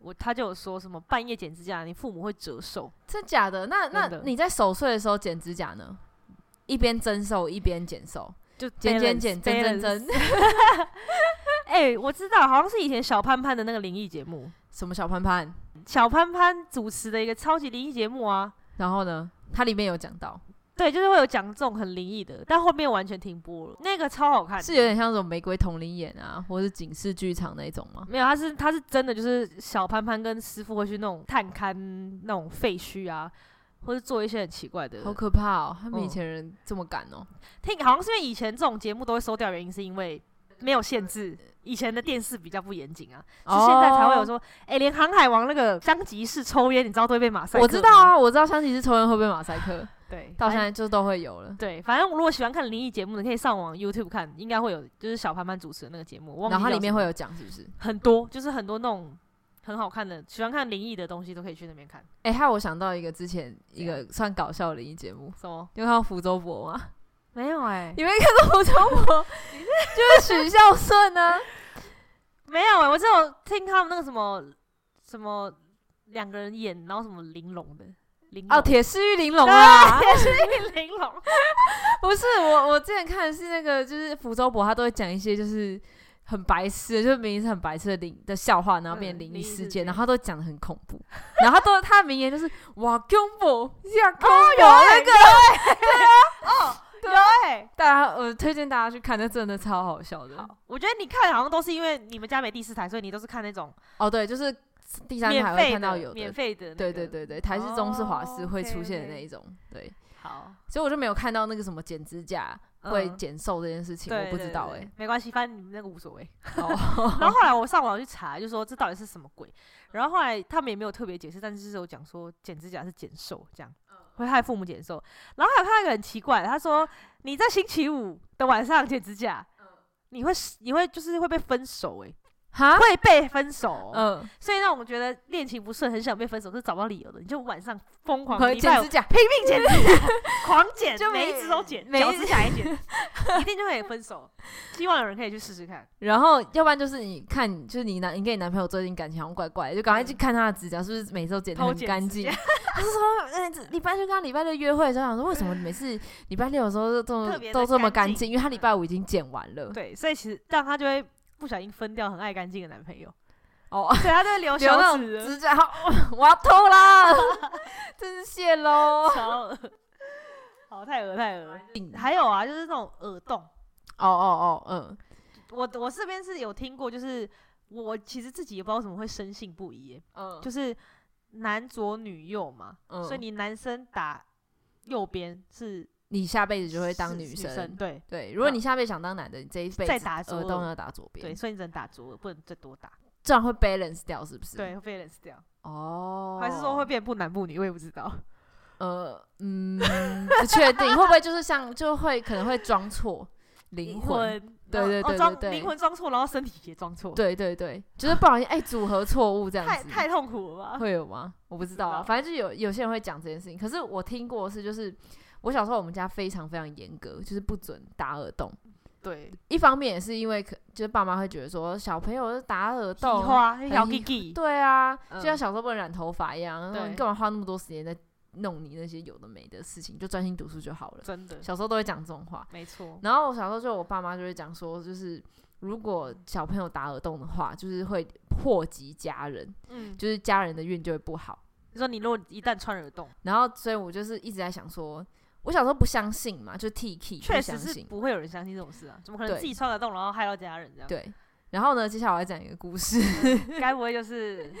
Speaker 1: 我他就有说什么半夜剪指甲，你父母会折寿，
Speaker 2: 真假的？那那
Speaker 1: 真的
Speaker 2: 你在守岁的时候剪指甲呢？一边增寿一边减寿，
Speaker 1: 就
Speaker 2: 减减
Speaker 1: balance-
Speaker 2: 减增
Speaker 1: balance
Speaker 2: 增增。
Speaker 1: 哎、我知道，好像是以前小潘潘的那个灵异节目，
Speaker 2: 什么小潘潘？
Speaker 1: 小潘潘主持的一个超级灵异节目啊。
Speaker 2: 然后呢，它里面有讲到，
Speaker 1: 对，就是会有讲这种很灵异的，但后面完全停播了。那个超好看，
Speaker 2: 是有点像那种玫瑰同林演啊，或是警示剧场那种吗？
Speaker 1: 没有，他是他是真的，就是小潘潘跟师傅会去那种探勘那种废墟啊，或者做一些很奇怪的。
Speaker 2: 好可怕哦！他们以
Speaker 1: 嗯
Speaker 2: 前人这么敢哦，
Speaker 1: 听好像是因为以前这种节目都会收掉，原因是因为没有限制，以前的电视比较不严谨啊，是现在才会有
Speaker 2: 哦。
Speaker 1: 说，哎、连航海王那个香吉士抽烟，你知道都会被马赛克吗。
Speaker 2: 我知道啊，我知道香吉士抽烟会被马赛 克，
Speaker 1: 对，
Speaker 2: 到
Speaker 1: 反
Speaker 2: 现
Speaker 1: 正
Speaker 2: 在就都会有了。
Speaker 1: 对，反正如果喜欢看灵异节目的，可以上网 YouTube 看，应该会有，就是小潘潘主持的那个节目，我忘记
Speaker 2: 然后它
Speaker 1: 叫
Speaker 2: 里面
Speaker 1: 什么
Speaker 2: 会有讲，是不是？
Speaker 1: 很多，就是很多那种很好看的，喜欢看灵异的东西都可以去那边看。
Speaker 2: 哎，害我想到一个之前一
Speaker 1: 怎
Speaker 2: 个算搞笑的灵异节目，
Speaker 1: 什么？
Speaker 2: 你有看到福州博吗？
Speaker 1: 没有哎、
Speaker 2: 你没欸看到福州 博，就是许孝顺啊，
Speaker 1: 没有哎、我只有听他们那个什么什么两个人演，然后什么玲珑的玲珑哦
Speaker 2: 哦， 铁丝玉玲珑啊。
Speaker 1: 玲珑，
Speaker 2: 不是我，我之前看的是那个，就是福州博，他都会讲一些就是很白痴的，就是明明是很白痴的灵的笑话，然后
Speaker 1: 嗯
Speaker 2: 变成灵
Speaker 1: 灵
Speaker 2: 异
Speaker 1: 异事
Speaker 2: 事件，
Speaker 1: 件
Speaker 2: 然后他都讲的很恐怖， 然后他都他的名言就是哇恐怖，呀恐怖
Speaker 1: 有欸
Speaker 2: 那个，
Speaker 1: 有哎、
Speaker 2: 大家我推荐大家去看，那真的超好笑的。
Speaker 1: 我觉得你看好像都是因为你们家没第四台，所以你都是看那种
Speaker 2: 哦，对，就是第三台
Speaker 1: 免
Speaker 2: 会
Speaker 1: 费
Speaker 2: 看到
Speaker 1: 的、
Speaker 2: 有
Speaker 1: 免
Speaker 2: 的。
Speaker 1: 费的、那
Speaker 2: 对
Speaker 1: 个。
Speaker 2: 对对对，台式、中式、华式
Speaker 1: 哦
Speaker 2: 会出
Speaker 1: ，OK，
Speaker 2: 现的
Speaker 1: OK
Speaker 2: 那一种，对，
Speaker 1: 好，
Speaker 2: 所以我就没有看到那个什么剪指甲会
Speaker 1: 嗯
Speaker 2: 减瘦这件事情，
Speaker 1: 对
Speaker 2: 我不
Speaker 1: 对
Speaker 2: 知道
Speaker 1: 对
Speaker 2: 哎、
Speaker 1: 没关系，反正你们那个无所谓。
Speaker 2: 哦，
Speaker 1: 然后后来我上网去查，就说这到底是什么鬼。然后后来他们也没有特别解释，但是就是有讲说剪指甲是减寿，这样
Speaker 2: 嗯
Speaker 1: 会害父母减寿。然后还有看到一个很奇怪的，他说你在星期五的晚上剪指甲，
Speaker 2: 嗯
Speaker 1: 你会你会就是会被分手、欸，
Speaker 2: 哈，
Speaker 1: 会被分手哦、
Speaker 2: 啊嗯，
Speaker 1: 所以那种觉得恋情不顺，很想被分手，是找不到理由的，你就晚上疯 狂
Speaker 2: 和
Speaker 1: 哦礼拜
Speaker 2: 剪
Speaker 1: 五
Speaker 2: 指甲，
Speaker 1: 拼命剪指甲，狂剪，
Speaker 2: 就
Speaker 1: 每
Speaker 2: 每
Speaker 1: 一只都剪，
Speaker 2: 每
Speaker 1: 脚
Speaker 2: 一
Speaker 1: 趾甲也剪， 一定就会分手。希望有人可以去试试看。
Speaker 2: 然后，要不然就是你看，就是你男，你跟你男朋友最近感情好像怪怪的，就赶快去看他的指甲是不是每次都剪得
Speaker 1: 偷
Speaker 2: 很
Speaker 1: 剪
Speaker 2: 干
Speaker 1: 指
Speaker 2: 净。
Speaker 1: 甲
Speaker 2: 他就说，嗯、礼拜六跟他礼拜六约会的时候，想说为什么每次礼拜六的时候都
Speaker 1: 特别的
Speaker 2: 都这么
Speaker 1: 干
Speaker 2: 干
Speaker 1: 净
Speaker 2: 净？因为他礼拜五已经剪完了。
Speaker 1: 对，所以其实让他就会不小心分掉很爱干净的男朋 友，
Speaker 2: 哦，
Speaker 1: 对，他就会留
Speaker 2: 留那
Speaker 1: 小
Speaker 2: 种
Speaker 1: 指的，
Speaker 2: 指甲，好我要偷啦， 真是 谢喽。
Speaker 1: 超恶，好太恶太恶。还有啊，就是那种耳洞，
Speaker 2: 哦哦哦，嗯，
Speaker 1: 我我这边是有听过，就是我其实自己也不知道为什么会深信不疑耶，
Speaker 2: 嗯
Speaker 1: 就是男左女右嘛，
Speaker 2: 嗯
Speaker 1: 所以你男生打右边是
Speaker 2: 你下辈子就会当
Speaker 1: 是
Speaker 2: 女
Speaker 1: 生，
Speaker 2: 生。
Speaker 1: 对
Speaker 2: 对，如果你下辈子想当男的，你这一辈
Speaker 1: 再
Speaker 2: 子
Speaker 1: 打左
Speaker 2: 耳洞
Speaker 1: 耳
Speaker 2: 要打左边，
Speaker 1: 对，所以你只能打左耳，不能再多打，
Speaker 2: 这样会 balance 掉，是不是？，
Speaker 1: 对，会被 balance 掉，
Speaker 2: 哦，
Speaker 1: 还是说会变不男不女，我也不知道。
Speaker 2: 呃，嗯，不确定会不会就是像就会可能会装错灵魂，，对
Speaker 1: 然后
Speaker 2: 对对
Speaker 1: 哦
Speaker 2: 对
Speaker 1: 装
Speaker 2: 对
Speaker 1: 灵魂装错，然后身体也装错，
Speaker 2: 对对对，就是不小心哎、组合错误这样
Speaker 1: 太
Speaker 2: 子，
Speaker 1: 太痛苦了吧？
Speaker 2: 会有吗？我不知道
Speaker 1: 不
Speaker 2: 啊，
Speaker 1: 知道
Speaker 2: 反正就有有些人会讲这件事情，可是我听过的是就是我小时候我们家非常非常严格，就是不准打耳洞。
Speaker 1: 对，
Speaker 2: 一方面也是因为可就是爸妈会觉得说小朋友打耳
Speaker 1: 皮
Speaker 2: 洞，
Speaker 1: 花小
Speaker 2: 很
Speaker 1: g i
Speaker 2: 对啊，
Speaker 1: 嗯
Speaker 2: 就像小时候不能染头发一样，然后你
Speaker 1: 对
Speaker 2: 干嘛花那么多时间在弄你那些有的没的事情，就专心读书就好了。
Speaker 1: 真的
Speaker 2: 小时候都会讲这种话，
Speaker 1: 没错，
Speaker 2: 然后我小时候就我爸妈就会讲说，就是如果小朋友打耳洞的话，就是会祸及家人，
Speaker 1: 嗯，
Speaker 2: 就是家人的运就会不好。
Speaker 1: 你说你如果一旦穿耳洞，
Speaker 2: 然后，所以我就是一直在想说，我小时候不相信嘛，就 T K
Speaker 1: 确
Speaker 2: 不
Speaker 1: 实
Speaker 2: 相
Speaker 1: 是
Speaker 2: 信，
Speaker 1: 不会有人相信这种事啊，怎么可
Speaker 2: 对
Speaker 1: 能自己穿耳洞然后害到家人这样？
Speaker 2: 对。然后呢，接下来我要讲一个故事，
Speaker 1: 对，该不会 就是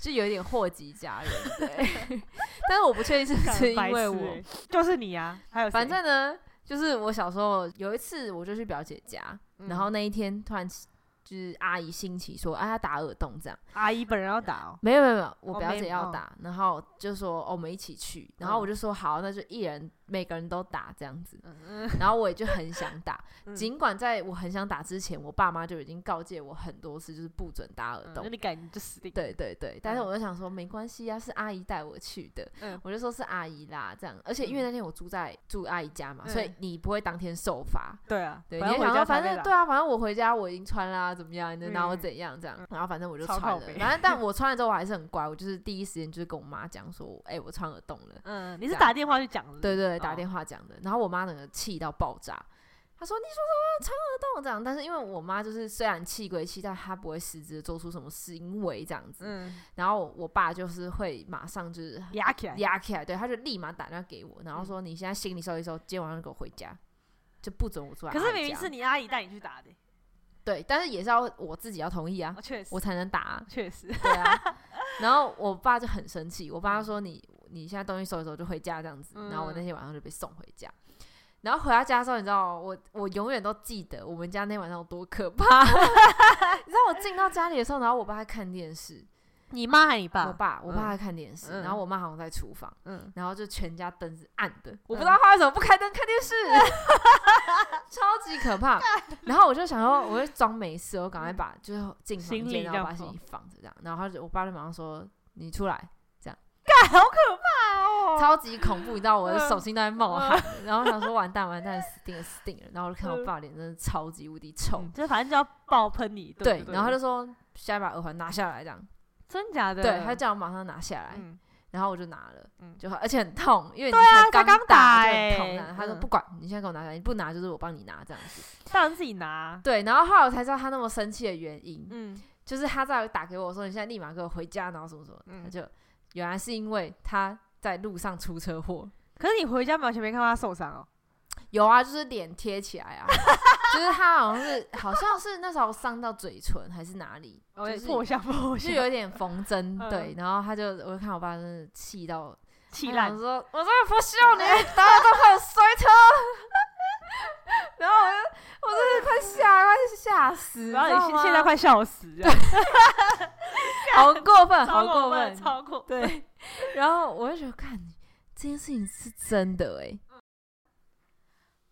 Speaker 2: 就有一点祸及家人， 对。但是我不确定是不是因为我，
Speaker 1: 欸就是你啊，还有谁
Speaker 2: 反正呢，就是我小时候有一次，我就去表姐家，
Speaker 1: 嗯
Speaker 2: 然后那一天突然就是阿姨兴起说，哎、啊，她打耳洞这样。
Speaker 1: 阿姨本人要打哦，
Speaker 2: 没有没有没有，我
Speaker 1: 哦
Speaker 2: 表
Speaker 1: 没
Speaker 2: 姐要
Speaker 1: 哦
Speaker 2: 打，然后就说、哦我们一起去，然后我就说好，那就一人每个人都打这样子，
Speaker 1: 嗯
Speaker 2: 然后我也就很想打，
Speaker 1: 嗯
Speaker 2: 尽管在我很想打之前，我爸妈就已经告诫我很多次，就是不准打耳
Speaker 1: 嗯，
Speaker 2: 洞。
Speaker 1: 那你敢你就死定，
Speaker 2: 对对对，但是
Speaker 1: 嗯
Speaker 2: 我就想说没关系啊，是阿姨带我去的，
Speaker 1: 嗯
Speaker 2: 我就说是阿姨啦，这样。而且因为那天我住在住阿姨家嘛，所以
Speaker 1: 嗯
Speaker 2: 你不会当天受罚，
Speaker 1: 对啊，
Speaker 2: 对，你
Speaker 1: 反
Speaker 2: 就
Speaker 1: 正
Speaker 2: 想
Speaker 1: 回
Speaker 2: 说
Speaker 1: 家
Speaker 2: 反
Speaker 1: 才被
Speaker 2: 正
Speaker 1: 打
Speaker 2: 对啊，反正我回家我已经穿啦、怎么样？你能拿我
Speaker 1: 嗯
Speaker 2: 怎样？这样，然后反正我就
Speaker 1: 超
Speaker 2: 穿
Speaker 1: 靠
Speaker 2: 了
Speaker 1: 北，
Speaker 2: 反正但我穿了之后我还是很乖，我就是第一时间就是跟我妈讲说，哎、我穿耳洞了，
Speaker 1: 嗯，你是
Speaker 2: 这样
Speaker 1: 打电话去讲的，
Speaker 2: 对对对，打
Speaker 1: 话，
Speaker 2: 电话讲的。然后我妈整个气到爆炸，她他说：“你说什么长耳洞这样？”但是因为我妈就是虽然气归气，但她不会实质地做出什么行为这样子。
Speaker 4: 嗯，
Speaker 2: 然后我爸就是会马上就是
Speaker 1: 压起来，
Speaker 2: 压起来，对，他就立马打电话给我，
Speaker 1: 嗯
Speaker 2: 然后说：“你现在行李收一收，今天晚上就给我回家，就不准我出来。”
Speaker 1: 可是明明是你阿姨带你去打的，
Speaker 2: 对，但是也是要我自己要同意啊
Speaker 1: 啊，确实
Speaker 2: 我，才能打、啊。
Speaker 1: 确实，
Speaker 2: 对啊，然后我爸就很生气，我爸说你你现在东西收一收就回家这样子，然后我那天晚上就被送回家。然后回到家的时候，你知道我我永远都记得我们家那晚上有多可怕。 你知道我进到家里的时候，然后我爸在看电视，
Speaker 1: 你妈还你
Speaker 2: 我
Speaker 1: 爸？
Speaker 2: 爸我
Speaker 4: 嗯
Speaker 2: 爸在看电视，
Speaker 4: 嗯
Speaker 2: 然后我妈好像在厨房，
Speaker 4: 嗯
Speaker 2: 然后就全家灯是暗的，我不
Speaker 4: 嗯
Speaker 2: 知道他为什么不开灯看电视， 超级可怕。然后我就想说，我就装没事，我赶快把就是进
Speaker 1: 行
Speaker 2: 房
Speaker 1: 李
Speaker 2: 间，然后
Speaker 1: 这
Speaker 2: 把
Speaker 1: 样
Speaker 2: 行李放着这样。然后他就我爸就马上说：“你出来。”
Speaker 1: 干，好可怕哦！
Speaker 2: 超级恐怖，你知道我的
Speaker 1: 嗯
Speaker 2: 手心都在冒汗，然后想说完蛋完蛋死定了死定了，然后我就看我爸脸真的超级无敌臭，
Speaker 1: 嗯就是反正就要爆喷你一顿，
Speaker 2: 对，
Speaker 1: 不
Speaker 2: 然后他就说现在把耳环拿下来这样，
Speaker 1: 真假的，
Speaker 2: 对，他叫我马上拿下来，
Speaker 1: 嗯，
Speaker 2: 然后我就拿了，
Speaker 1: 嗯
Speaker 2: 就很而且很痛，因为你
Speaker 1: 对啊
Speaker 2: 才
Speaker 1: 才刚打
Speaker 2: 打就很痛，
Speaker 1: 欸
Speaker 2: 然后他说
Speaker 4: 嗯
Speaker 2: 不管你现在给我拿下来，你不拿就是我帮你拿这样子，
Speaker 1: 当然自己拿，
Speaker 2: 对，然后后来我才知道他那么生气的原因，
Speaker 1: 嗯，
Speaker 2: 就是他在打给我说你现在立马给我回家，然后什么什么，
Speaker 4: 嗯
Speaker 2: 他就原来是因为他在路上出车祸，
Speaker 1: 可是你回家完全没看到他受伤哦，
Speaker 2: 有啊，就是脸贴起来啊， 就是他好像是好像是那时候伤到嘴唇还是哪里，
Speaker 1: 我也
Speaker 2: 就是
Speaker 1: 破相破
Speaker 2: 就
Speaker 1: 相，
Speaker 2: 有一点缝针，
Speaker 1: 嗯
Speaker 2: 对，然后他就我就看我爸真的气到
Speaker 1: 气
Speaker 2: 他
Speaker 1: 烂
Speaker 2: 想，说哎我真的不需要你，
Speaker 3: 大家都很衰特，
Speaker 2: 然后我就我真的快吓快吓死，
Speaker 1: 然后
Speaker 2: 你知
Speaker 1: 你
Speaker 2: 道
Speaker 1: 现
Speaker 2: 吗
Speaker 1: 现在快笑死了，
Speaker 2: 好过分，
Speaker 1: 超
Speaker 2: 好过
Speaker 1: 过
Speaker 2: 分，
Speaker 1: 超过分，
Speaker 2: 对，然后我就觉得，看这件事情是真的哎、
Speaker 1: 嗯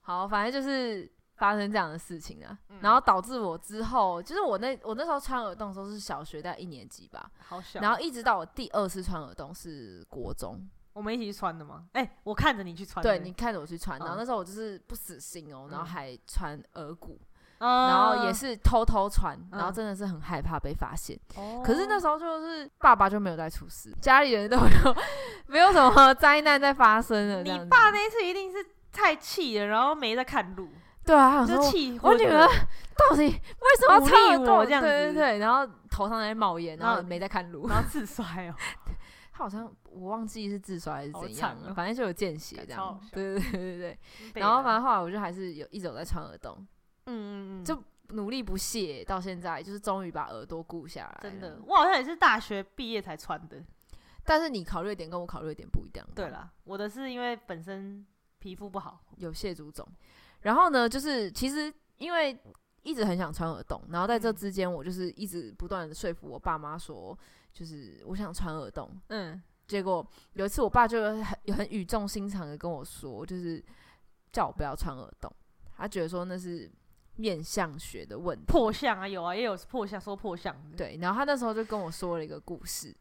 Speaker 2: 好，反正就是发生这样的事情啊，
Speaker 1: 嗯
Speaker 2: 然后导致我之后，就是我那我那时候穿耳洞的时候是小学在一年级吧，
Speaker 1: 好小。
Speaker 2: 然后一直到我第二次穿耳洞是国中，
Speaker 1: 我们一起去穿的吗？哎，我看着你去穿的，
Speaker 2: 对你看着我去穿，然后
Speaker 1: 嗯
Speaker 2: 那时候我就是不死心哦，然
Speaker 1: 嗯
Speaker 2: 后还穿耳骨，
Speaker 1: 嗯，
Speaker 2: 然后也是偷偷穿，然后
Speaker 1: 嗯
Speaker 2: 真的是很害怕被发现。
Speaker 1: 哦，
Speaker 2: 可是那时候就是爸爸就没有再出事，家里人都没有没有什么 灾难在发生了。这样
Speaker 1: 你
Speaker 2: 子
Speaker 1: 爸那一次一定是太气了，然后没在看路，
Speaker 2: 对啊，他想
Speaker 1: 就
Speaker 2: 说
Speaker 1: 气
Speaker 2: 我
Speaker 1: 昏
Speaker 2: 女
Speaker 1: 了
Speaker 2: 儿到底为什么要
Speaker 1: 鼓
Speaker 2: 插
Speaker 1: 励
Speaker 2: 耳
Speaker 1: 我
Speaker 2: 洞
Speaker 1: 这样
Speaker 2: 对对
Speaker 1: 子嗯
Speaker 2: 对，然后头上在冒烟，然后
Speaker 1: 然后
Speaker 2: 没在看路。
Speaker 1: 然后自摔 哦，
Speaker 2: 他好像我忘记是自摔还是
Speaker 1: 好
Speaker 2: 怎样
Speaker 1: 惨
Speaker 2: 了，
Speaker 1: 哦
Speaker 2: 反正就有见血这
Speaker 1: 超好
Speaker 2: 样。
Speaker 1: 笑
Speaker 2: 对对对对对。然后反正后来我就还是有一直有在穿耳洞，
Speaker 1: 嗯嗯嗯，
Speaker 2: 就努力不懈到现在，就是终于把耳朵顾下来。
Speaker 1: 真的，，我好像也是大学毕业才穿的。
Speaker 2: 但是你考虑的点跟我考虑的点不一样。啊
Speaker 1: 对啦，我的是因为本身皮肤不好，
Speaker 2: 有蟹足肿。然后呢，就是其实因为一直很想穿耳洞，然后在
Speaker 1: 嗯
Speaker 2: 这之间，我就是一直不断的说服我爸妈说，就是我想穿耳洞。
Speaker 4: 嗯
Speaker 2: 结果有一次，我爸就很很语重心长的跟我说，就是叫我不要穿耳洞，他觉得说那是面相学的问题。
Speaker 1: 破相啊有啊，也有破相说破相的，
Speaker 2: 对，然后他那时候就跟我说了一个故事，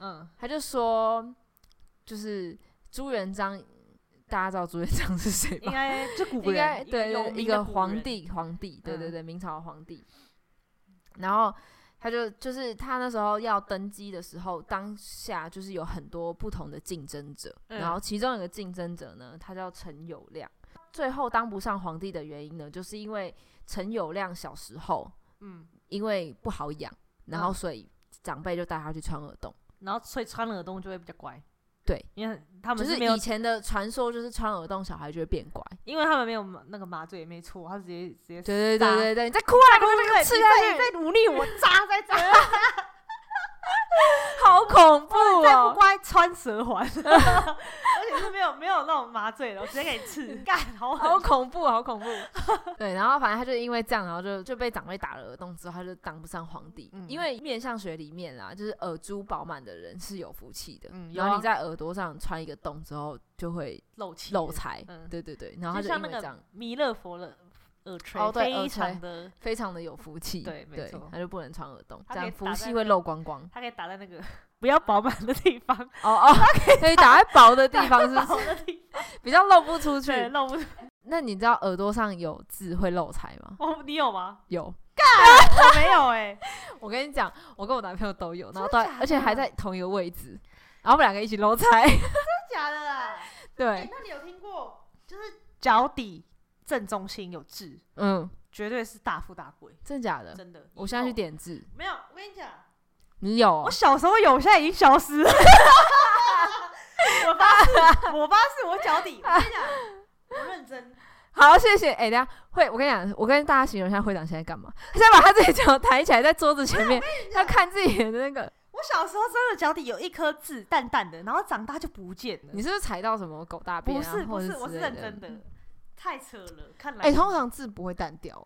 Speaker 1: 嗯，
Speaker 2: 他就说，就是朱元璋，大家知道朱元璋是谁吧
Speaker 1: 应？该 就古
Speaker 2: 应该
Speaker 1: 人，
Speaker 2: 对
Speaker 1: 有
Speaker 2: 对
Speaker 1: 名
Speaker 2: 一
Speaker 1: 的
Speaker 2: 个
Speaker 1: 古
Speaker 2: 皇
Speaker 1: 人，
Speaker 2: 帝，皇帝，对对
Speaker 1: 嗯
Speaker 2: 对，明朝皇帝。然后他就就是他那时候要登基的时候，当下就是有很多不同的竞争者，
Speaker 1: 嗯
Speaker 2: 然后其中有个竞争者呢，他叫陈友谅。最后当不上皇帝的原因呢，就是因为陈友谅小时候
Speaker 1: 嗯，
Speaker 2: 因为不好养，然后
Speaker 1: 嗯
Speaker 2: 所以长辈就带他去穿耳洞。
Speaker 1: 然后所以穿了耳洞就会比较乖，
Speaker 2: 对，
Speaker 1: 因为他
Speaker 2: 就
Speaker 1: 们
Speaker 2: 是
Speaker 1: 没有
Speaker 2: 以，前的传说，就是穿耳洞小孩就会变乖。
Speaker 1: 因为他们没有麻那个麻醉也没错，他直接直接
Speaker 2: 对对
Speaker 1: 撒
Speaker 2: 对对对，你在哭啊，你
Speaker 1: 对
Speaker 2: 这个
Speaker 1: 对
Speaker 2: 吃
Speaker 1: 你
Speaker 2: 下
Speaker 1: 再
Speaker 2: 去，
Speaker 1: 再努力，我扎再 扎，
Speaker 2: 好恐怖
Speaker 1: 再不
Speaker 2: 哦！
Speaker 1: 乖穿蛇环，啊而且是没有没有那种麻醉的，我直接给你刺，干好狠
Speaker 2: 好恐怖，好 恐怖。对，然后反正他就因为这样，然后就就被长辈打了耳洞之后，他就当不上皇帝。
Speaker 1: 嗯
Speaker 2: 因为面相学里面啦，就是耳珠饱满的人是有福气的。
Speaker 1: 嗯有啊
Speaker 2: 然后你在耳朵上穿一个洞之后，就会
Speaker 1: 漏气
Speaker 2: 漏财。
Speaker 1: 嗯
Speaker 2: 对对对，然后他
Speaker 1: 就
Speaker 2: 就
Speaker 1: 像
Speaker 2: 因为
Speaker 1: 那个
Speaker 2: 这样，
Speaker 1: 弥勒佛的耳垂
Speaker 2: 哦对耳
Speaker 1: 非
Speaker 2: 垂
Speaker 1: 常的，
Speaker 2: 非常的有福气。
Speaker 1: 对没错
Speaker 2: 他就不能穿耳洞，
Speaker 1: 他
Speaker 2: 这
Speaker 1: 可以
Speaker 2: 样福
Speaker 1: 打在
Speaker 2: 气
Speaker 1: 那
Speaker 2: 会
Speaker 1: 个
Speaker 2: 漏光光。
Speaker 1: 它可以打在那个 不要饱满的地方，
Speaker 2: 哦 哦，可以打在薄的地方，是不
Speaker 1: 薄
Speaker 2: 是
Speaker 1: 的地方
Speaker 2: 比较漏不出
Speaker 1: 对
Speaker 2: 去？
Speaker 1: 漏不出。
Speaker 2: 那你知道耳朵上有痣会漏财吗？
Speaker 1: 哦，你有吗？
Speaker 2: 有，
Speaker 1: 我没有 哎、
Speaker 2: 我跟你讲，我跟我男朋友都有，然后
Speaker 1: 真
Speaker 2: 到
Speaker 1: 的假的
Speaker 2: 而且还在同一个位置，然后我们两个一起搂菜，
Speaker 1: 真的假的啦？ 欸
Speaker 2: 对，
Speaker 1: 那你有听过就是脚底正宗性有质，
Speaker 2: 嗯，
Speaker 1: 绝对是大富大贵，
Speaker 2: 真的假的？
Speaker 1: 真的。
Speaker 2: 我现在去
Speaker 1: 以后
Speaker 2: 点痣，
Speaker 1: 没有，我跟你讲，
Speaker 2: 你有
Speaker 1: 我
Speaker 2: 哦？
Speaker 1: 小时候有，现在已经消失了。我发誓，我发誓，我脚底，我跟你讲，我认真。
Speaker 2: 好，谢谢。哎、等一下会，我跟你讲，我跟大家形容一下会长现在干嘛？ 他现在把他自己脚抬起来，在桌子前 面，要看自己的那个。
Speaker 1: 我小时候真的脚底有一颗痣，淡淡的，然后长大就不见了。
Speaker 2: 你是不是踩到什么狗大便、啊？
Speaker 1: 不是不
Speaker 2: 或者
Speaker 1: 是，我
Speaker 2: 之
Speaker 1: 是
Speaker 2: 类
Speaker 1: 认真。的，太扯了，看来。
Speaker 2: 哎、通常痣不会淡掉、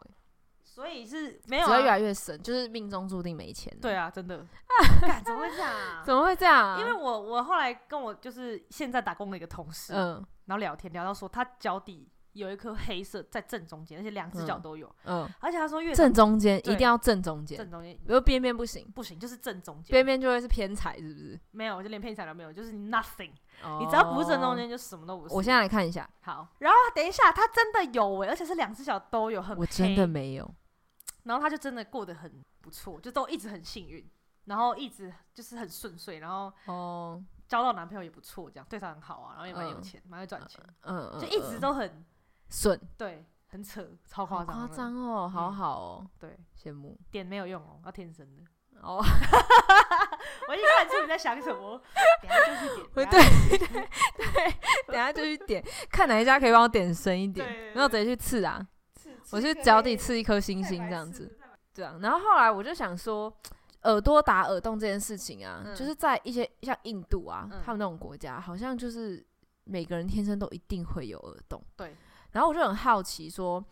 Speaker 1: 所以是没
Speaker 2: 哎，
Speaker 1: 有、
Speaker 2: 只会越
Speaker 1: 啊。
Speaker 2: 来越深，就是命中注定没钱。
Speaker 1: 对
Speaker 2: 啊，
Speaker 1: 啊，真 的。干怎么会这样啊？
Speaker 2: 怎么会这样、啊？
Speaker 1: 因为我我后来跟我就是现在打工的一个同事，
Speaker 2: 嗯
Speaker 1: 然后聊天聊到说他脚底有一颗黑色在正中间，而且两只脚都有，
Speaker 2: 嗯，
Speaker 1: 而且他说越
Speaker 2: 正中间一
Speaker 1: 对
Speaker 2: 定要正中间，
Speaker 1: 正中间
Speaker 2: 比如边边不行，
Speaker 1: 不行，就是正中间，
Speaker 2: 边边就会是偏财，是不是？
Speaker 1: 没有，就连偏袒都没有，就是 nothing，、
Speaker 2: 你
Speaker 1: 你只要不是正中，间，就什么都不是。
Speaker 2: 哦我现在来看一下，
Speaker 1: 好，然后等一下，他真的有哎、而且是两只脚都有，很
Speaker 2: 我真的
Speaker 1: 黑，
Speaker 2: 没有。
Speaker 1: 然后他就真的过得很不错，就都一直很幸运，然后一直就是很顺遂，然后
Speaker 2: 哦，
Speaker 1: 交到男朋友也不错，这样对他很好啊，然后也蛮有
Speaker 2: 嗯
Speaker 1: 钱，蛮、会赚钱，
Speaker 2: 嗯，嗯
Speaker 1: 就一直
Speaker 2: 嗯
Speaker 1: 都很
Speaker 2: 顺，
Speaker 1: 对，很扯，超
Speaker 2: 好
Speaker 1: 嗯夸张嗯
Speaker 2: 夸
Speaker 1: 的，
Speaker 2: 张哦，好好哦，
Speaker 1: 对，
Speaker 2: 羡慕
Speaker 1: 点没有用哦，要天生的。
Speaker 2: 哦。
Speaker 1: 我已经看出你在想什么，等一下就去
Speaker 2: 对
Speaker 1: 点。等一下
Speaker 2: 等一下就去点，看哪一家可以帮我点深一点
Speaker 1: 对对，对
Speaker 2: 然后直接去刺啊，
Speaker 1: 刺
Speaker 2: 我去脚底，刺一颗星星这样子。。对啊，然后后来我就想说，耳朵打耳洞这件事情啊，
Speaker 1: 嗯
Speaker 2: 就是在一些像印度啊，
Speaker 1: 嗯
Speaker 2: 他们那种国家，好像就是每个人天生都一定会有耳洞。
Speaker 1: 对。
Speaker 2: 然后我就很好奇说，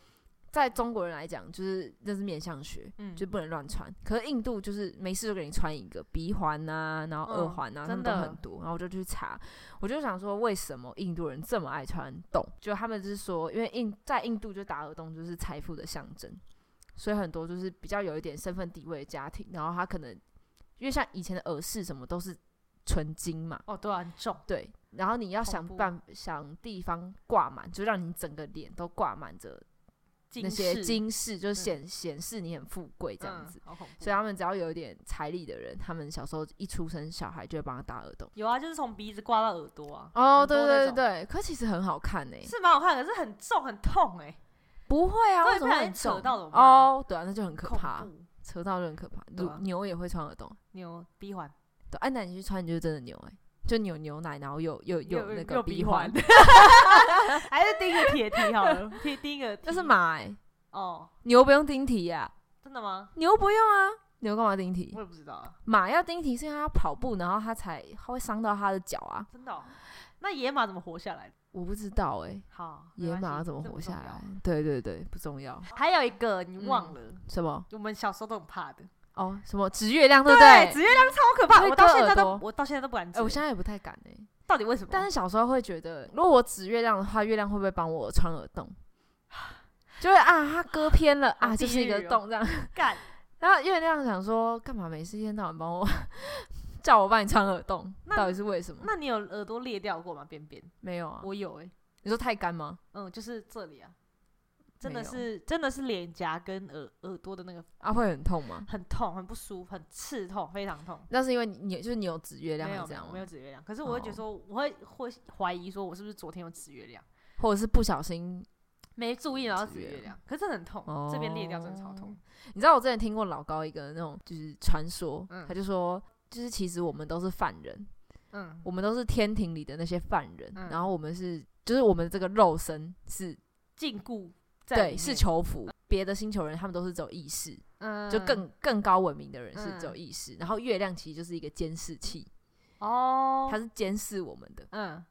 Speaker 2: 在中国人来讲，就是那是面相学，
Speaker 1: 嗯
Speaker 2: 就不能乱穿。可是印度就是没事就给你穿一个鼻环啊，然后耳
Speaker 1: 嗯
Speaker 2: 环啊，
Speaker 1: 真
Speaker 2: 他们都
Speaker 1: 的
Speaker 2: 很多。然后我就去查，我就想说为什么印度人这么爱穿洞？就他们就是说，因为印在印度就打耳洞就是财富的象征，所以很多就是比较有一点身份地位的家庭，然后他可能因为像以前的耳饰什么都是纯金嘛，
Speaker 1: 哦，对啊，很重。
Speaker 2: 对，然后你要想
Speaker 1: 恐怖
Speaker 2: 办想地方挂满，就让你整个脸都挂满着那
Speaker 1: 金
Speaker 2: 些
Speaker 1: 饰
Speaker 2: 金饰，就
Speaker 1: 嗯
Speaker 2: 显显示你很富贵这样
Speaker 1: 嗯
Speaker 2: 子。
Speaker 1: 好恐怖
Speaker 2: 所以他们只要有一点财力的人，他们小时候一出生，小孩就会帮他打耳洞。
Speaker 1: 有啊，就是从鼻子刮到耳朵啊。
Speaker 2: 哦，
Speaker 1: 很
Speaker 2: 对
Speaker 1: 多
Speaker 2: 对
Speaker 1: 那
Speaker 2: 对
Speaker 1: 种
Speaker 2: 对，可其实很好看呢、
Speaker 1: 是蛮好看，可是很重很痛哎、
Speaker 2: 不会啊，
Speaker 1: 对
Speaker 2: 为什
Speaker 1: 不
Speaker 2: 么
Speaker 1: 小
Speaker 2: 会
Speaker 1: 心
Speaker 2: 很
Speaker 1: 扯
Speaker 2: 重
Speaker 1: 到怎么办
Speaker 2: 哦，对啊，那就很可
Speaker 1: 恐
Speaker 2: 怕，
Speaker 1: 怖。
Speaker 2: 扯到就很可怕。
Speaker 1: 对
Speaker 2: 乳
Speaker 1: 啊
Speaker 2: 牛也会穿耳洞，
Speaker 1: 牛鼻环，
Speaker 2: 对，安南你去穿，你就是真的牛哎、就你有牛奶，然后有有
Speaker 1: 又
Speaker 2: 那
Speaker 1: 又
Speaker 2: 个
Speaker 1: 又
Speaker 2: 鼻
Speaker 1: 鼻
Speaker 2: 环，，
Speaker 1: 还是钉个铁蹄好了，贴钉个蹄。
Speaker 2: 那是马哎、
Speaker 1: 哦，
Speaker 2: 牛不用钉蹄呀、
Speaker 1: 真的吗？
Speaker 2: 牛不用啊，牛干嘛钉蹄
Speaker 1: 我？也不知道啊，
Speaker 2: 马要钉蹄是因为它跑步，然后它才它会伤到它的脚啊。
Speaker 1: 真的哦、那野马怎么活下来的？
Speaker 2: 我不知道哎、
Speaker 1: 好，没
Speaker 2: 野
Speaker 1: 关
Speaker 2: 马
Speaker 1: 系
Speaker 2: 怎么
Speaker 1: 这不
Speaker 2: 活
Speaker 1: 重
Speaker 2: 下
Speaker 1: 要
Speaker 2: 来？嗯对对对，不重要。
Speaker 1: 还有一个你忘了，
Speaker 2: 什么？
Speaker 1: 我们小时候都很怕的，
Speaker 2: 哦，什么指月亮，对不对？
Speaker 1: 指月亮超可怕，
Speaker 2: 会
Speaker 1: 我到
Speaker 2: 割
Speaker 1: 现在
Speaker 2: 耳
Speaker 1: 都
Speaker 2: 朵
Speaker 1: 我到现在都不敢指。哦
Speaker 2: 哎、我现在也不太敢哎、
Speaker 1: 到底为什么？
Speaker 2: 但是小时候会觉得，如果我指月亮的话，月亮会不会帮我穿 耳洞？就是啊，它割偏了啊，
Speaker 1: 好
Speaker 2: 就是
Speaker 1: 地
Speaker 2: 一
Speaker 1: 狱
Speaker 2: 个
Speaker 1: 哦
Speaker 2: 洞这样。
Speaker 1: 干
Speaker 2: 然后月亮想说，干嘛没事一天到晚帮我 叫我帮你穿耳洞？
Speaker 1: 那
Speaker 2: 到底是为什么？
Speaker 1: 那你有耳朵裂掉过吗？边边，
Speaker 2: 没有啊，
Speaker 1: 我有哎、
Speaker 2: 你说太干吗？
Speaker 1: 嗯，就是这里啊，真
Speaker 2: 没
Speaker 1: 的
Speaker 2: 有
Speaker 1: 是真的是脸颊跟耳耳朵的那个
Speaker 2: 啊，会很痛吗？
Speaker 1: 很痛，很不舒服，很刺痛，非常痛。
Speaker 2: 那是因为你你就是你有指月亮
Speaker 1: 没
Speaker 2: 还
Speaker 1: 有
Speaker 2: 是这
Speaker 1: 没有
Speaker 2: 样
Speaker 1: 没有
Speaker 2: 吗？哦
Speaker 1: 指月亮，可是我会觉得说，我会会怀疑说我是不是昨天有指月亮，
Speaker 2: 或者是不小心？
Speaker 1: 没注意然后
Speaker 2: 指
Speaker 1: 指
Speaker 2: 月
Speaker 1: 月
Speaker 2: 亮
Speaker 1: 亮，可是很痛，这边裂掉真的超
Speaker 2: 哦
Speaker 1: 痛。
Speaker 2: 你知道我之前听过老高一个那种就是传说，
Speaker 1: 嗯
Speaker 2: 他就说，就是其实我们都是犯人，
Speaker 1: 嗯，
Speaker 2: 我们都是天庭里的那些犯人，
Speaker 1: 嗯
Speaker 2: 然后我们是就是我们这个肉身是
Speaker 1: 禁锢在里
Speaker 2: 对
Speaker 1: 面
Speaker 2: 是囚服，别的星球人他们都是走意识，
Speaker 1: 嗯
Speaker 2: 就更更高文明的人是
Speaker 1: 嗯
Speaker 2: 走意识，然后月亮其实就是一个监视器，
Speaker 1: 哦，
Speaker 2: 它是监视我们的。
Speaker 1: 嗯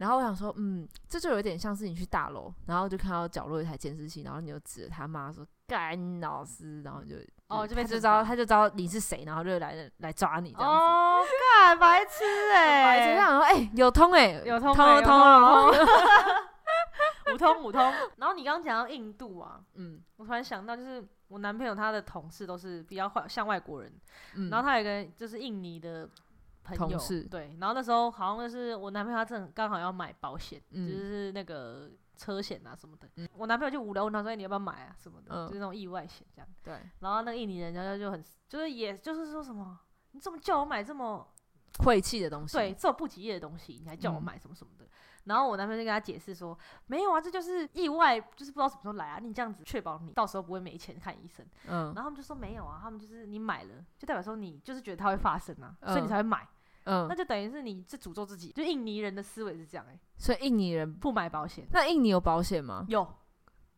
Speaker 2: 然后我想说，嗯，这就有点像是你去大楼，然后就看到角落有一台监视器，然后你就指着他骂说“干老师”，然后就
Speaker 1: 哦
Speaker 2: 就
Speaker 1: 就被
Speaker 2: 嗯他就
Speaker 1: 惩
Speaker 2: 知道
Speaker 1: 罚
Speaker 2: 他就知道你是谁，然后就来来抓你这样子。
Speaker 1: 哦，干白痴
Speaker 2: 白痴
Speaker 1: 哎，
Speaker 2: 我想说，哎、有通哎、
Speaker 1: 有通
Speaker 2: 通
Speaker 1: 欸
Speaker 2: 了
Speaker 1: 有
Speaker 2: 通了
Speaker 1: 通
Speaker 2: 通了，
Speaker 1: 五通五通。然后你刚刚讲到印度啊，
Speaker 2: 嗯
Speaker 1: 我突然想到，就是我男朋友他的同事都是比较坏，像外国人。
Speaker 2: 嗯，
Speaker 1: 然后他有一个就是印尼的朋友，
Speaker 2: 同事
Speaker 1: 对。然后那时候好像就是我男朋友他正刚好要买保险，
Speaker 2: 嗯
Speaker 1: 就是那个车险啊什么的。我男朋友就无聊问他说：“哎你要不要买啊？”什么的，
Speaker 2: 嗯
Speaker 1: 就是那种意外险这样。
Speaker 2: 对，
Speaker 1: 然后那个印尼人家就很，就是也就是说什么，你怎么叫我买这么
Speaker 2: 晦气的东西。
Speaker 1: 对，，做不吉利的东西，你还叫我
Speaker 2: 嗯
Speaker 1: 买什么什么的。然后我男朋友就跟他解释说，没有啊，这就是意外，就是不知道什么时候来啊。你这样子确保你到时候不会没钱看医生。
Speaker 2: 嗯
Speaker 1: 然后他们就说没有啊，他们就是你买了，就代表说你就是觉得它会发生啊，所以
Speaker 2: 嗯
Speaker 1: 你才会买。那
Speaker 2: 嗯，
Speaker 1: 就等于是你是诅咒自己，就印尼人的思维是这样哎、
Speaker 2: 所以印尼人
Speaker 1: 不买保险
Speaker 2: 那印尼有保险吗？
Speaker 1: 有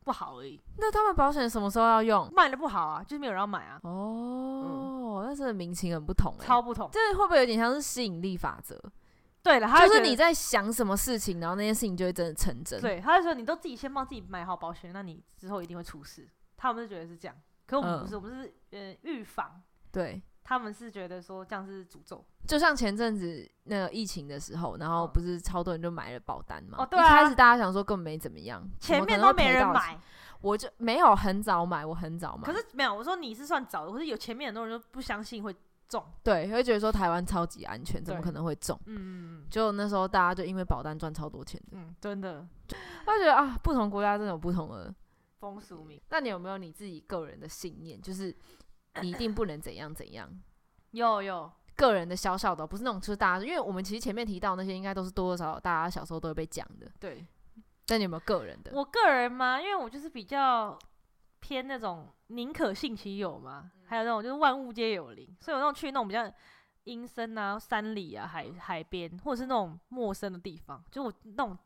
Speaker 1: 不好而已，
Speaker 2: 那他们保险什么时候要用？
Speaker 1: 卖的不好啊，就是没有人要买啊，
Speaker 2: 哦，那真的民情很不同哎、
Speaker 1: 嗯超不同。
Speaker 2: 这会不会有点像是吸引力法则？
Speaker 1: 对了，他会
Speaker 2: 就是
Speaker 1: 觉得
Speaker 2: 你在想什么事情，然后那件事情就会真的成真。，
Speaker 1: 对，他就说你都自己先帮自己买好保险，那你之后一定会出事。他们就觉得是这样，可我们不
Speaker 2: 嗯
Speaker 1: 是，我们是呃预防。
Speaker 2: 对，
Speaker 1: 他们是觉得说这样是诅咒
Speaker 2: 就像前阵子那个疫情的时候，然后
Speaker 1: 嗯
Speaker 2: 不是超多人就买了保单嘛？
Speaker 1: 哦对
Speaker 2: 一
Speaker 1: 啊
Speaker 2: 开始大家想说根本没怎么样，怎
Speaker 1: 前
Speaker 2: 么
Speaker 1: 面
Speaker 2: 可能
Speaker 1: 都
Speaker 2: 会
Speaker 1: 没
Speaker 2: 赔
Speaker 1: 人
Speaker 2: 到钱，
Speaker 1: 买，
Speaker 2: 我就没有很早买，我很早买，
Speaker 1: 可是没有，我说你是算早的，可是有前面很多人就不相信会中，
Speaker 2: 对，会觉得说台湾超级安全，怎么
Speaker 1: 对
Speaker 2: 可能会中？
Speaker 1: 嗯
Speaker 2: 就那时候大家就因为保单赚超多钱的，
Speaker 1: 嗯，真的
Speaker 2: 我就觉得啊，不同国家真的有不同的
Speaker 1: 风俗民
Speaker 2: 那你有没有你自己个人的信念？就是你一定不能怎样怎样，
Speaker 1: 有有
Speaker 2: 个人的小小的，不是那种就是大家，因为我们其实前面提到那些，应该都是多多少少大家小时候都会被讲的。
Speaker 1: 对
Speaker 2: 但你有没有个人的？
Speaker 1: 我个人嘛，因为我就是比较偏那种宁可信其有嘛，
Speaker 2: 嗯
Speaker 1: 还有那种就是万物皆有灵，所以我那种去那种比较阴森啊、山里啊、
Speaker 2: 嗯
Speaker 1: 海海边，或者是那种陌生的地方，就我那种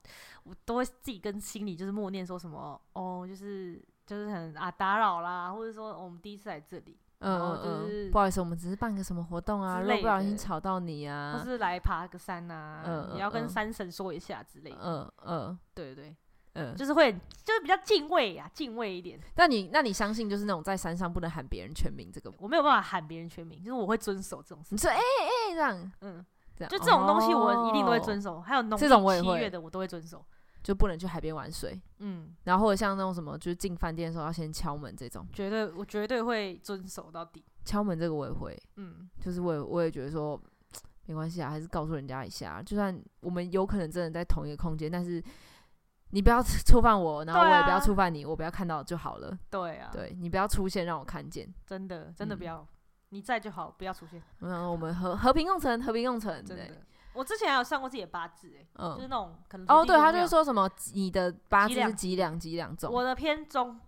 Speaker 1: 我都会自己跟心里就是默念说什么哦，就是就是很啊打扰啦，或者说、哦我们第一次来这里，
Speaker 2: 嗯
Speaker 1: 然后
Speaker 2: 嗯
Speaker 1: 就
Speaker 2: 嗯，
Speaker 1: 是
Speaker 2: 不好意思，我们只是办个什么活动啊，
Speaker 1: 之
Speaker 2: 如果不小
Speaker 1: 类
Speaker 2: 心
Speaker 1: 的
Speaker 2: 吵到你
Speaker 1: 或
Speaker 2: 啊，
Speaker 1: 是来爬个山啊，
Speaker 2: 嗯
Speaker 1: 你要
Speaker 2: 嗯
Speaker 1: 跟
Speaker 2: 嗯
Speaker 1: 山神说一下之类的，
Speaker 2: 嗯嗯
Speaker 1: 对对对，
Speaker 2: 嗯。
Speaker 1: 就是会就是比较敬畏呀、敬畏一点。
Speaker 2: 那你那你相信就是那种在山上不能喊别人全名这个吗？
Speaker 1: 我没有办法喊别人全名，就是我会遵守这种事
Speaker 2: 你。说哎哎这样
Speaker 1: 嗯，
Speaker 2: 这样，
Speaker 1: 就这种东西我一定都会
Speaker 2: 哦
Speaker 1: 遵守，还有农历
Speaker 2: 这种我也
Speaker 1: 七
Speaker 2: 会
Speaker 1: 月的我都会遵守。
Speaker 2: 就不能去海边玩水，
Speaker 1: 嗯，
Speaker 2: 然后或者像那种什么就是进饭店的时候要先敲门这种，
Speaker 1: 绝对我绝对会遵守到底。
Speaker 2: 敲门这个我也会，
Speaker 1: 嗯，
Speaker 2: 就是我也我也觉得说没关系啊，还是告诉人家一下，啊就算我们有可能真的在同一个空间，但是你不要 触犯我，然后我
Speaker 1: 对啊
Speaker 2: 也不要触犯你，我不要看到就好了。
Speaker 1: 对啊，
Speaker 2: 对你不要出现让我看见，
Speaker 1: 真的真的
Speaker 2: 嗯
Speaker 1: 不要，你在就好，不要出现，
Speaker 2: 然嗯后我们和和平共存，和平共存，
Speaker 1: 真
Speaker 2: 对，
Speaker 1: 的。我之前还有算过自己的八字、欸，就是
Speaker 2: 嗯。
Speaker 1: 那种可能
Speaker 2: 哦，
Speaker 1: 土地
Speaker 2: 对，
Speaker 1: 公
Speaker 2: 他就是
Speaker 1: 庙，
Speaker 2: 说什么你的八字
Speaker 1: 几
Speaker 2: 是
Speaker 1: 两
Speaker 2: 几两几两重，
Speaker 1: 我嗯的偏中，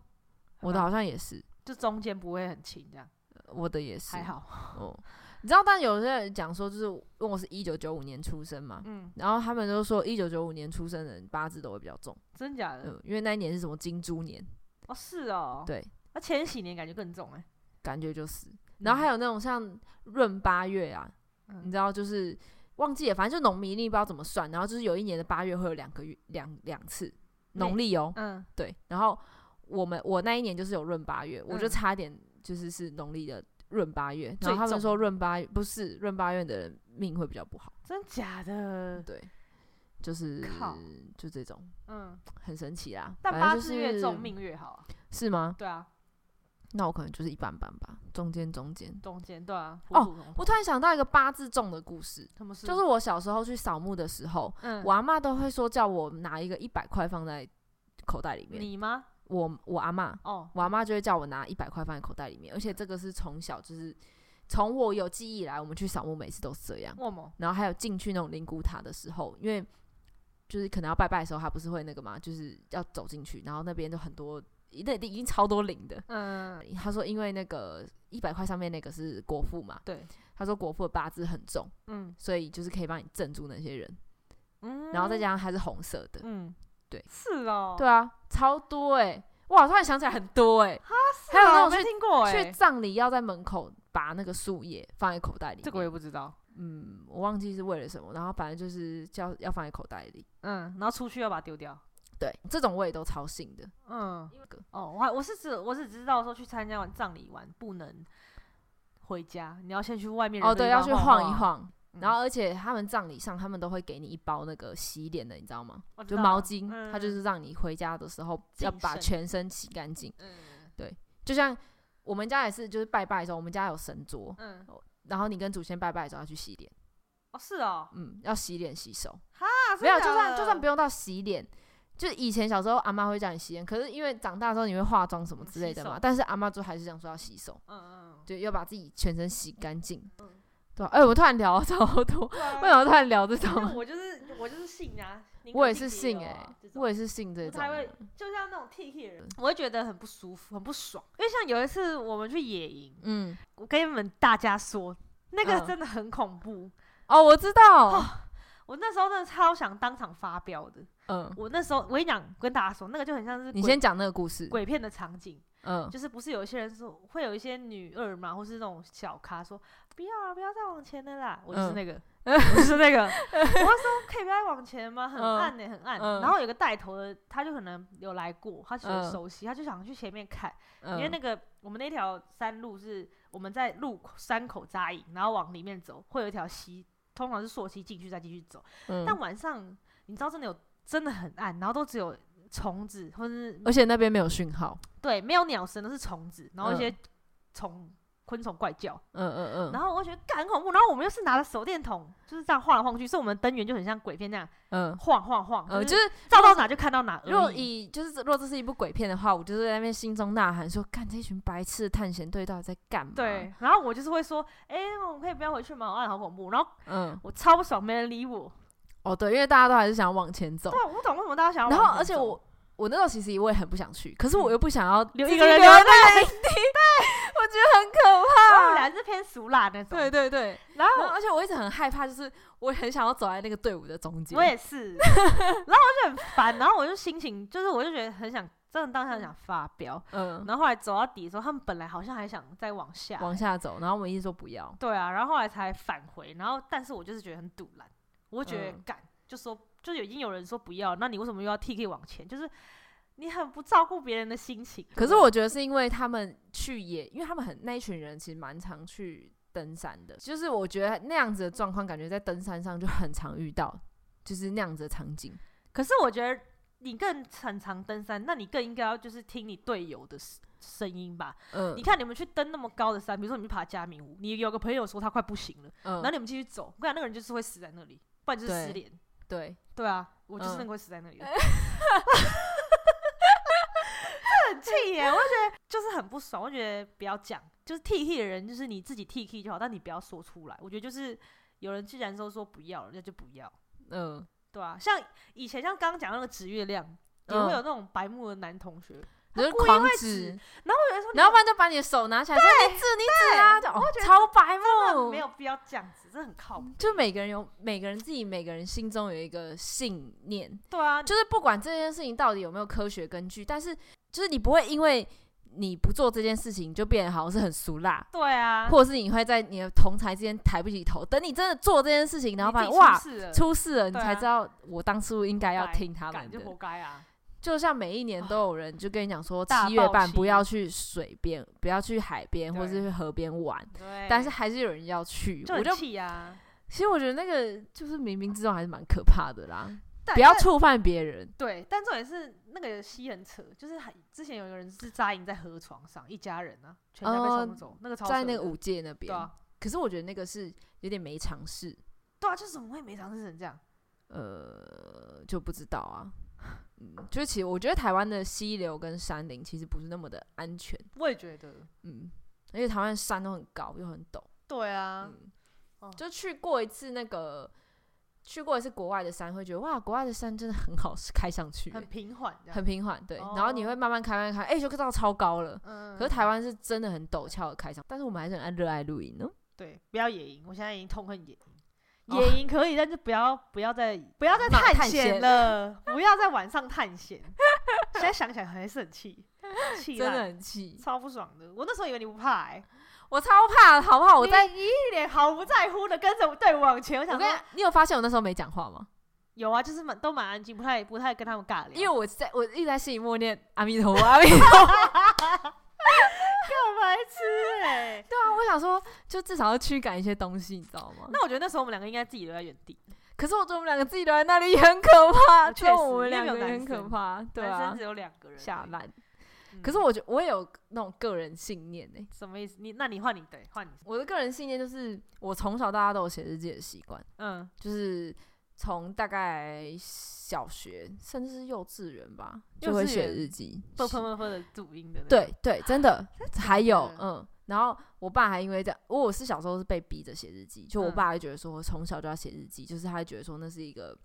Speaker 2: 我的好像也是，
Speaker 1: 就中间不会很轻，这样
Speaker 2: 我的也是，
Speaker 1: 还好。
Speaker 2: 哦，你知道，但有些人讲说，就是因为我是一九九五年出生嘛，
Speaker 1: 嗯，
Speaker 2: 然后他们就说一九九五年出生的人八字都会比较重，
Speaker 1: 真假的？
Speaker 2: 嗯，因为那一年是什么金猪年，
Speaker 1: 哦，是哦。，嗯
Speaker 2: 对，
Speaker 1: 那前几年感觉更重哎、
Speaker 2: 感觉就是。然后还有那种像闰八月啊，
Speaker 1: 嗯
Speaker 2: 你知道，就是忘记了，反正就农历历不知道怎么算，然后就是有一年的八月会有两个月两两次
Speaker 1: 那
Speaker 2: 农历哦，
Speaker 1: 嗯，
Speaker 2: 对。然后我们我那一年就是有闰八月，我就
Speaker 1: 嗯
Speaker 2: 差点就是是农历的闰八月，然
Speaker 1: 最
Speaker 2: 后他们
Speaker 1: 重
Speaker 2: 说闰八月不是闰八月的人命会比较不好。
Speaker 1: 真假的？
Speaker 2: 对，就是
Speaker 1: 靠
Speaker 2: 就这种
Speaker 1: 嗯，
Speaker 2: 很神奇啦。
Speaker 1: 但
Speaker 2: 反正
Speaker 1: 八
Speaker 2: 就
Speaker 1: 字越
Speaker 2: 是
Speaker 1: 重命越好啊。
Speaker 2: 是吗？
Speaker 1: 对啊，
Speaker 2: 那我可能就是一般般吧，中间中间。
Speaker 1: 中间对啊。
Speaker 2: 哦
Speaker 1: 普普通
Speaker 2: 我
Speaker 1: 通，
Speaker 2: 突然想到一个八字重的故事，
Speaker 1: 什么事？
Speaker 2: 就是我小时候去扫墓的时候，
Speaker 1: 嗯
Speaker 2: 我阿妈都会说叫我拿一个一百块放在口袋里面。
Speaker 1: 你吗？
Speaker 2: 我我阿妈，
Speaker 1: 哦，
Speaker 2: 我阿妈就会叫我拿一百块放在口袋里面，而且这个是从小就是从我有记忆以来，我们去扫墓每次都是这样。
Speaker 1: 我吗？
Speaker 2: 然后还有进去那种灵骨塔的时候，因为就是可能要拜拜的时候，他不是会那个嘛，就是要走进去，然后那边就很多，那已经超多灵的。
Speaker 1: 嗯，
Speaker 2: 他说，因为那个一百块上面那个是国父嘛，
Speaker 1: 对，
Speaker 2: 他说国父的八字很重，
Speaker 1: 嗯
Speaker 2: 所以就是可以帮你镇住那些人，
Speaker 1: 嗯，
Speaker 2: 然后再加上它是红色的，
Speaker 1: 嗯，
Speaker 2: 对
Speaker 1: 是哦，
Speaker 2: 对啊，超多哎、哇，突然想起来很多哎、
Speaker 1: 是
Speaker 2: 还有
Speaker 1: 哦，
Speaker 2: 那种
Speaker 1: 我没
Speaker 2: 去
Speaker 1: 听过
Speaker 2: 去
Speaker 1: 哎，
Speaker 2: 葬礼要在门口拔那个树叶放在口袋里
Speaker 1: 这个我也
Speaker 2: 面，
Speaker 1: 不知道，
Speaker 2: 嗯，我忘记是为了什么，然后反正就是叫要放在口袋里，
Speaker 1: 嗯，然后出去要把它丢掉，
Speaker 2: 对，这种我也都超信的。
Speaker 1: 嗯，哦，我还我是只我只知道说去参加完葬礼完不能回家，你要先去外面
Speaker 2: 哦，对，要去
Speaker 1: 晃
Speaker 2: 晃一，晃。
Speaker 1: 嗯
Speaker 2: 然后，而且他们葬礼上，他们都会给你一包那个洗脸的，你知道吗？
Speaker 1: 我知
Speaker 2: 就
Speaker 1: 道
Speaker 2: 毛巾，
Speaker 1: 嗯
Speaker 2: 它就是让你回家的时候
Speaker 1: 净
Speaker 2: 要把
Speaker 1: 身
Speaker 2: 全身洗干净。
Speaker 1: 嗯
Speaker 2: 就像我们家也是，就是拜拜的时候，我们家有神桌，
Speaker 1: 嗯，
Speaker 2: 然后你跟祖先拜拜的时候要去洗脸，
Speaker 1: 哦是哦，
Speaker 2: 嗯，要洗脸洗手。
Speaker 1: 啊
Speaker 2: 没有，就算就算不
Speaker 1: 要
Speaker 2: 用到洗脸，就是以前小时候阿妈会叫你洗脸，可是因为长大之后你会化妆什么
Speaker 1: 嗯
Speaker 2: 之类
Speaker 1: 洗
Speaker 2: 的
Speaker 1: 手
Speaker 2: 嘛，但是阿妈就还是这样说要洗手，
Speaker 1: 嗯嗯嗯
Speaker 2: 就要把自己全身洗干净。对啊，哎、我突然聊了超多，
Speaker 1: 啊
Speaker 2: 为什么突然聊这
Speaker 1: 因为
Speaker 2: 种？
Speaker 1: 我就是我就是信啊，宁可
Speaker 2: 哦我也是
Speaker 1: 信
Speaker 2: 信
Speaker 1: 别
Speaker 2: 哎、
Speaker 1: 人啊这种
Speaker 2: 我也是信这
Speaker 1: 不
Speaker 2: 种
Speaker 1: 太会
Speaker 2: 的。，
Speaker 1: 就像那种 T T 的人，我会觉得很不舒服，很不爽。因为像有一次我们去野营，
Speaker 2: 嗯，
Speaker 1: 我跟你们大家说，那个
Speaker 2: 嗯
Speaker 1: 真的很恐怖。
Speaker 2: 哦，我知道，
Speaker 1: 我那时候真的超想当场发飙的。
Speaker 2: 嗯，
Speaker 1: 我那时候我跟你讲，跟大家说，那个就很像是
Speaker 2: 你
Speaker 1: 鬼
Speaker 2: 先讲那个故事，
Speaker 1: 鬼片的场景，
Speaker 2: 嗯，
Speaker 1: 就是不是有一些人说会有一些女二嘛，或是那种小咖说不要啊，不要再往前了啦，我就是
Speaker 2: 嗯
Speaker 1: 那 个，我就是那个，我就说可以不要再往前吗？很
Speaker 2: 嗯
Speaker 1: 暗呢、很暗。
Speaker 2: 嗯
Speaker 1: 然后有个带头的，他就可能有来过，他就
Speaker 2: 嗯
Speaker 1: 熟悉，他就想去前面看，
Speaker 2: 嗯
Speaker 1: 因为那个我们那条山路是我们在路口山口扎营，然后往里面走，会有一条溪，通常是溯溪进去再继续走。
Speaker 2: 嗯
Speaker 1: 但晚上你知道真的有真的很暗，然后都只有虫子或者是
Speaker 2: 而且那边没有讯号，
Speaker 1: 对，没有鸟声，都是虫子，然后一
Speaker 2: 嗯
Speaker 1: 些虫、昆虫怪叫，
Speaker 2: 嗯嗯嗯
Speaker 1: 然后我就觉得干很恐怖。然后我们又是拿着手电筒，就是这样晃来晃去，所以我们灯源就很像鬼片那样
Speaker 2: 嗯，
Speaker 1: 晃晃晃，
Speaker 2: 呃，
Speaker 1: 就
Speaker 2: 就是是
Speaker 1: 照到哪就看到哪而已。
Speaker 2: 如果以就是这如果这是一部鬼片的话，我就是在那边心中呐喊说，看这群白痴的探险队到底在干嘛？
Speaker 1: 对，，然后我就是会说，哎、我们可以不要回去吗？暗好恐怖。然后
Speaker 2: 嗯，
Speaker 1: 我超不爽，没人理我。
Speaker 2: 哦对，因为大家都还是想要往前走，
Speaker 1: 对啊，我不懂为什么大家想要
Speaker 2: 然
Speaker 1: 往
Speaker 2: 后
Speaker 1: 前
Speaker 2: 而且
Speaker 1: 走
Speaker 2: 我我那时候其实我也很不想去，可是我又不想要
Speaker 1: 留
Speaker 2: 自
Speaker 1: 一
Speaker 2: 己
Speaker 1: 个人嗯
Speaker 2: 留
Speaker 1: 留
Speaker 2: 在那里，对，我觉得很可怕。
Speaker 1: 然后我们俩是偏俗辣那种。
Speaker 2: 啊对，对对，
Speaker 1: 然后
Speaker 2: 然后而且我一直很害怕，就是我很想要走在那个队伍的中间。
Speaker 1: 我也 是，然后我就很烦，然后我就心情就是我就觉得很想，真的当下很想发飙。
Speaker 2: 嗯，
Speaker 1: 然后后来走到底的时候，他们本来好像还想再往下，
Speaker 2: 往下走，然后我们一直说不要。
Speaker 1: 对啊，然后后来才返回。然后，但是我就是觉得很堵然，我就觉得
Speaker 2: 嗯
Speaker 1: 干、就说就已经有人说不要，那你为什么又要 T K 往前？就是你很不照顾别人的心情。
Speaker 2: 可是我觉得是因为他们去野，因为他们很那一群人其实蛮常去登山的，就是我觉得那样子的状况，感觉在登山上就很常遇到，就是那样子的场景。
Speaker 1: 可是我觉得你更擅长登山，那你更应该要就是听你队友的声声音吧。
Speaker 2: 嗯，
Speaker 1: 你看你们去登那么高的山，比如说你们去爬嘉明湖，你有个朋友说他快不行了，然后
Speaker 2: 嗯，
Speaker 1: 你们继续走，我跟你讲那个人就是会死在那里，不然就是失
Speaker 2: 对
Speaker 1: 联。
Speaker 2: 对，
Speaker 1: 对啊，我就是
Speaker 2: 嗯
Speaker 1: 那个会死在 那里的。这很气 耶！我就觉得就是很不爽，我觉得不要讲，就是 T T 的人，就是你自己 T T 就好，但你不要说出来。我觉得就是有人既然说说不要了，那就不要，
Speaker 2: 嗯，
Speaker 1: 对啊，像以前像刚刚讲那个指月亮，也会有那
Speaker 2: 嗯
Speaker 1: 种白目的男同
Speaker 2: 哦
Speaker 1: 学，
Speaker 2: 就是
Speaker 1: 故意
Speaker 2: 狂
Speaker 1: 会指
Speaker 2: 指，
Speaker 1: 然后我有时候你
Speaker 2: 然后不然就把你的手拿起来说你指你指啊，就哦超白
Speaker 1: 真的
Speaker 2: 目
Speaker 1: 没，有必要这样子，这很靠谱。
Speaker 2: 就每个人有每个人自己每个人心中有一个信念，
Speaker 1: 对啊，
Speaker 2: 就是不管这件事情到底有没有科学根据，但是就是你不会因为你不做这件事情就变得好像是很俗辣，
Speaker 1: 对啊，
Speaker 2: 或者是你会在你的同台之间抬不起头。等你真的做这件事情，然后发现哇
Speaker 1: 哇，出
Speaker 2: 出事了，你
Speaker 1: 对啊
Speaker 2: 才知道我当初应该要听他们
Speaker 1: 就
Speaker 2: 的。
Speaker 1: 活该啊。
Speaker 2: 就像每一年都有人就跟你讲说，
Speaker 1: 大
Speaker 2: 七月
Speaker 1: 爆
Speaker 2: 半
Speaker 1: 气
Speaker 2: 不要去水边，不要去海边
Speaker 1: 对
Speaker 2: 或者是去河边玩，
Speaker 1: 对，
Speaker 2: 但是还是有人要去。
Speaker 1: 就
Speaker 2: 我
Speaker 1: 很
Speaker 2: 就
Speaker 1: 气啊。
Speaker 2: 其实我觉得那个就是冥冥之中还是蛮可怕的啦，
Speaker 1: 但
Speaker 2: 不要
Speaker 1: 但
Speaker 2: 触犯别人。
Speaker 1: 对，但重点是那个溪很扯，就是还之前有一个人是扎营在河床上，一家人啊，全家被
Speaker 2: 哦
Speaker 1: 冲走，那个超
Speaker 2: 在
Speaker 1: 扯
Speaker 2: 那个
Speaker 1: 的
Speaker 2: 五界那
Speaker 1: 对
Speaker 2: 边，
Speaker 1: 啊，
Speaker 2: 可是我觉得那个是有点没尝试，
Speaker 1: 对啊，就是怎么会没尝试成这样？
Speaker 2: 呃，就不知道啊。嗯，就是其实我觉得台湾的溪流跟山林其实不是那么的安全，
Speaker 1: 我也觉得，
Speaker 2: 嗯，而且台湾山都很高又很陡，
Speaker 1: 对啊，
Speaker 2: 嗯
Speaker 1: 哦，
Speaker 2: 就去过一次那个，去过一次国外的山，会觉得哇，国外的山真的很好 开上去欸、
Speaker 1: 很平缓这样，
Speaker 2: 很平缓，对，然后你
Speaker 1: 哦
Speaker 2: 会慢慢开慢慢开，哎、就到超高了。
Speaker 1: 嗯
Speaker 2: 可是台湾是真的很陡峭的开上，但是我们还是很爱热爱露营呢。
Speaker 1: 对，不要野营，我现在已经痛恨野营。
Speaker 2: 哦
Speaker 1: 野营可以，但是不要不要再不要再
Speaker 2: 那
Speaker 1: 探
Speaker 2: 探
Speaker 1: 险
Speaker 2: 险
Speaker 1: 了，不要再晚上探险。现在想想还是很气，气
Speaker 2: 真的
Speaker 1: 烂
Speaker 2: 很气，
Speaker 1: 超不爽的。我那时候以为你不怕哎、
Speaker 2: 我超怕，好不好？我在
Speaker 1: 你一脸毫不在乎的跟着队伍往前，我
Speaker 2: 哦我
Speaker 1: 想
Speaker 2: 跟
Speaker 1: 说
Speaker 2: 你讲你有发现我那时候没讲话吗？
Speaker 1: 有啊，就是蛮都蛮安静，不太不太跟他们尬聊。
Speaker 2: 因为我在我一直在心里默念阿弥陀佛，阿弥陀 佛。
Speaker 1: 我白痴哎、
Speaker 2: 对啊，我想说，就至少要驱赶一些东西，你知道吗？
Speaker 1: 那我觉得那时候我们两个应该自己留在原地，
Speaker 2: 可是我觉得我们两个自己留在那里也很可怕，
Speaker 1: 哦确
Speaker 2: 就
Speaker 1: 实
Speaker 2: 我
Speaker 1: 因为
Speaker 2: 们两
Speaker 1: 没有
Speaker 2: 个也
Speaker 1: 男
Speaker 2: 很可
Speaker 1: 生
Speaker 2: 怕，对
Speaker 1: 男生
Speaker 2: 啊
Speaker 1: 只，有两个人而已。
Speaker 2: 下烂。
Speaker 1: 嗯
Speaker 2: 可是我觉我也有那种个人信念呢、
Speaker 1: 什么意思？你那你换你对，换你
Speaker 2: 我的个人信念就是，我从小到大都有写日记的习惯，
Speaker 1: 嗯
Speaker 2: 就是从大概小学甚至是幼稚园吧，
Speaker 1: 幼
Speaker 2: 就会
Speaker 1: 稚
Speaker 2: 写
Speaker 1: 园
Speaker 2: 日记，
Speaker 1: 做喷喷喷的注音的、那个
Speaker 2: 对对，真的，还有
Speaker 1: 假的
Speaker 2: 嗯，然后我爸还因为这样，我我是小时候是被逼着写日记，就我
Speaker 1: 嗯
Speaker 2: 爸还觉得说我从小就要写日记，就是他会觉得说那是一个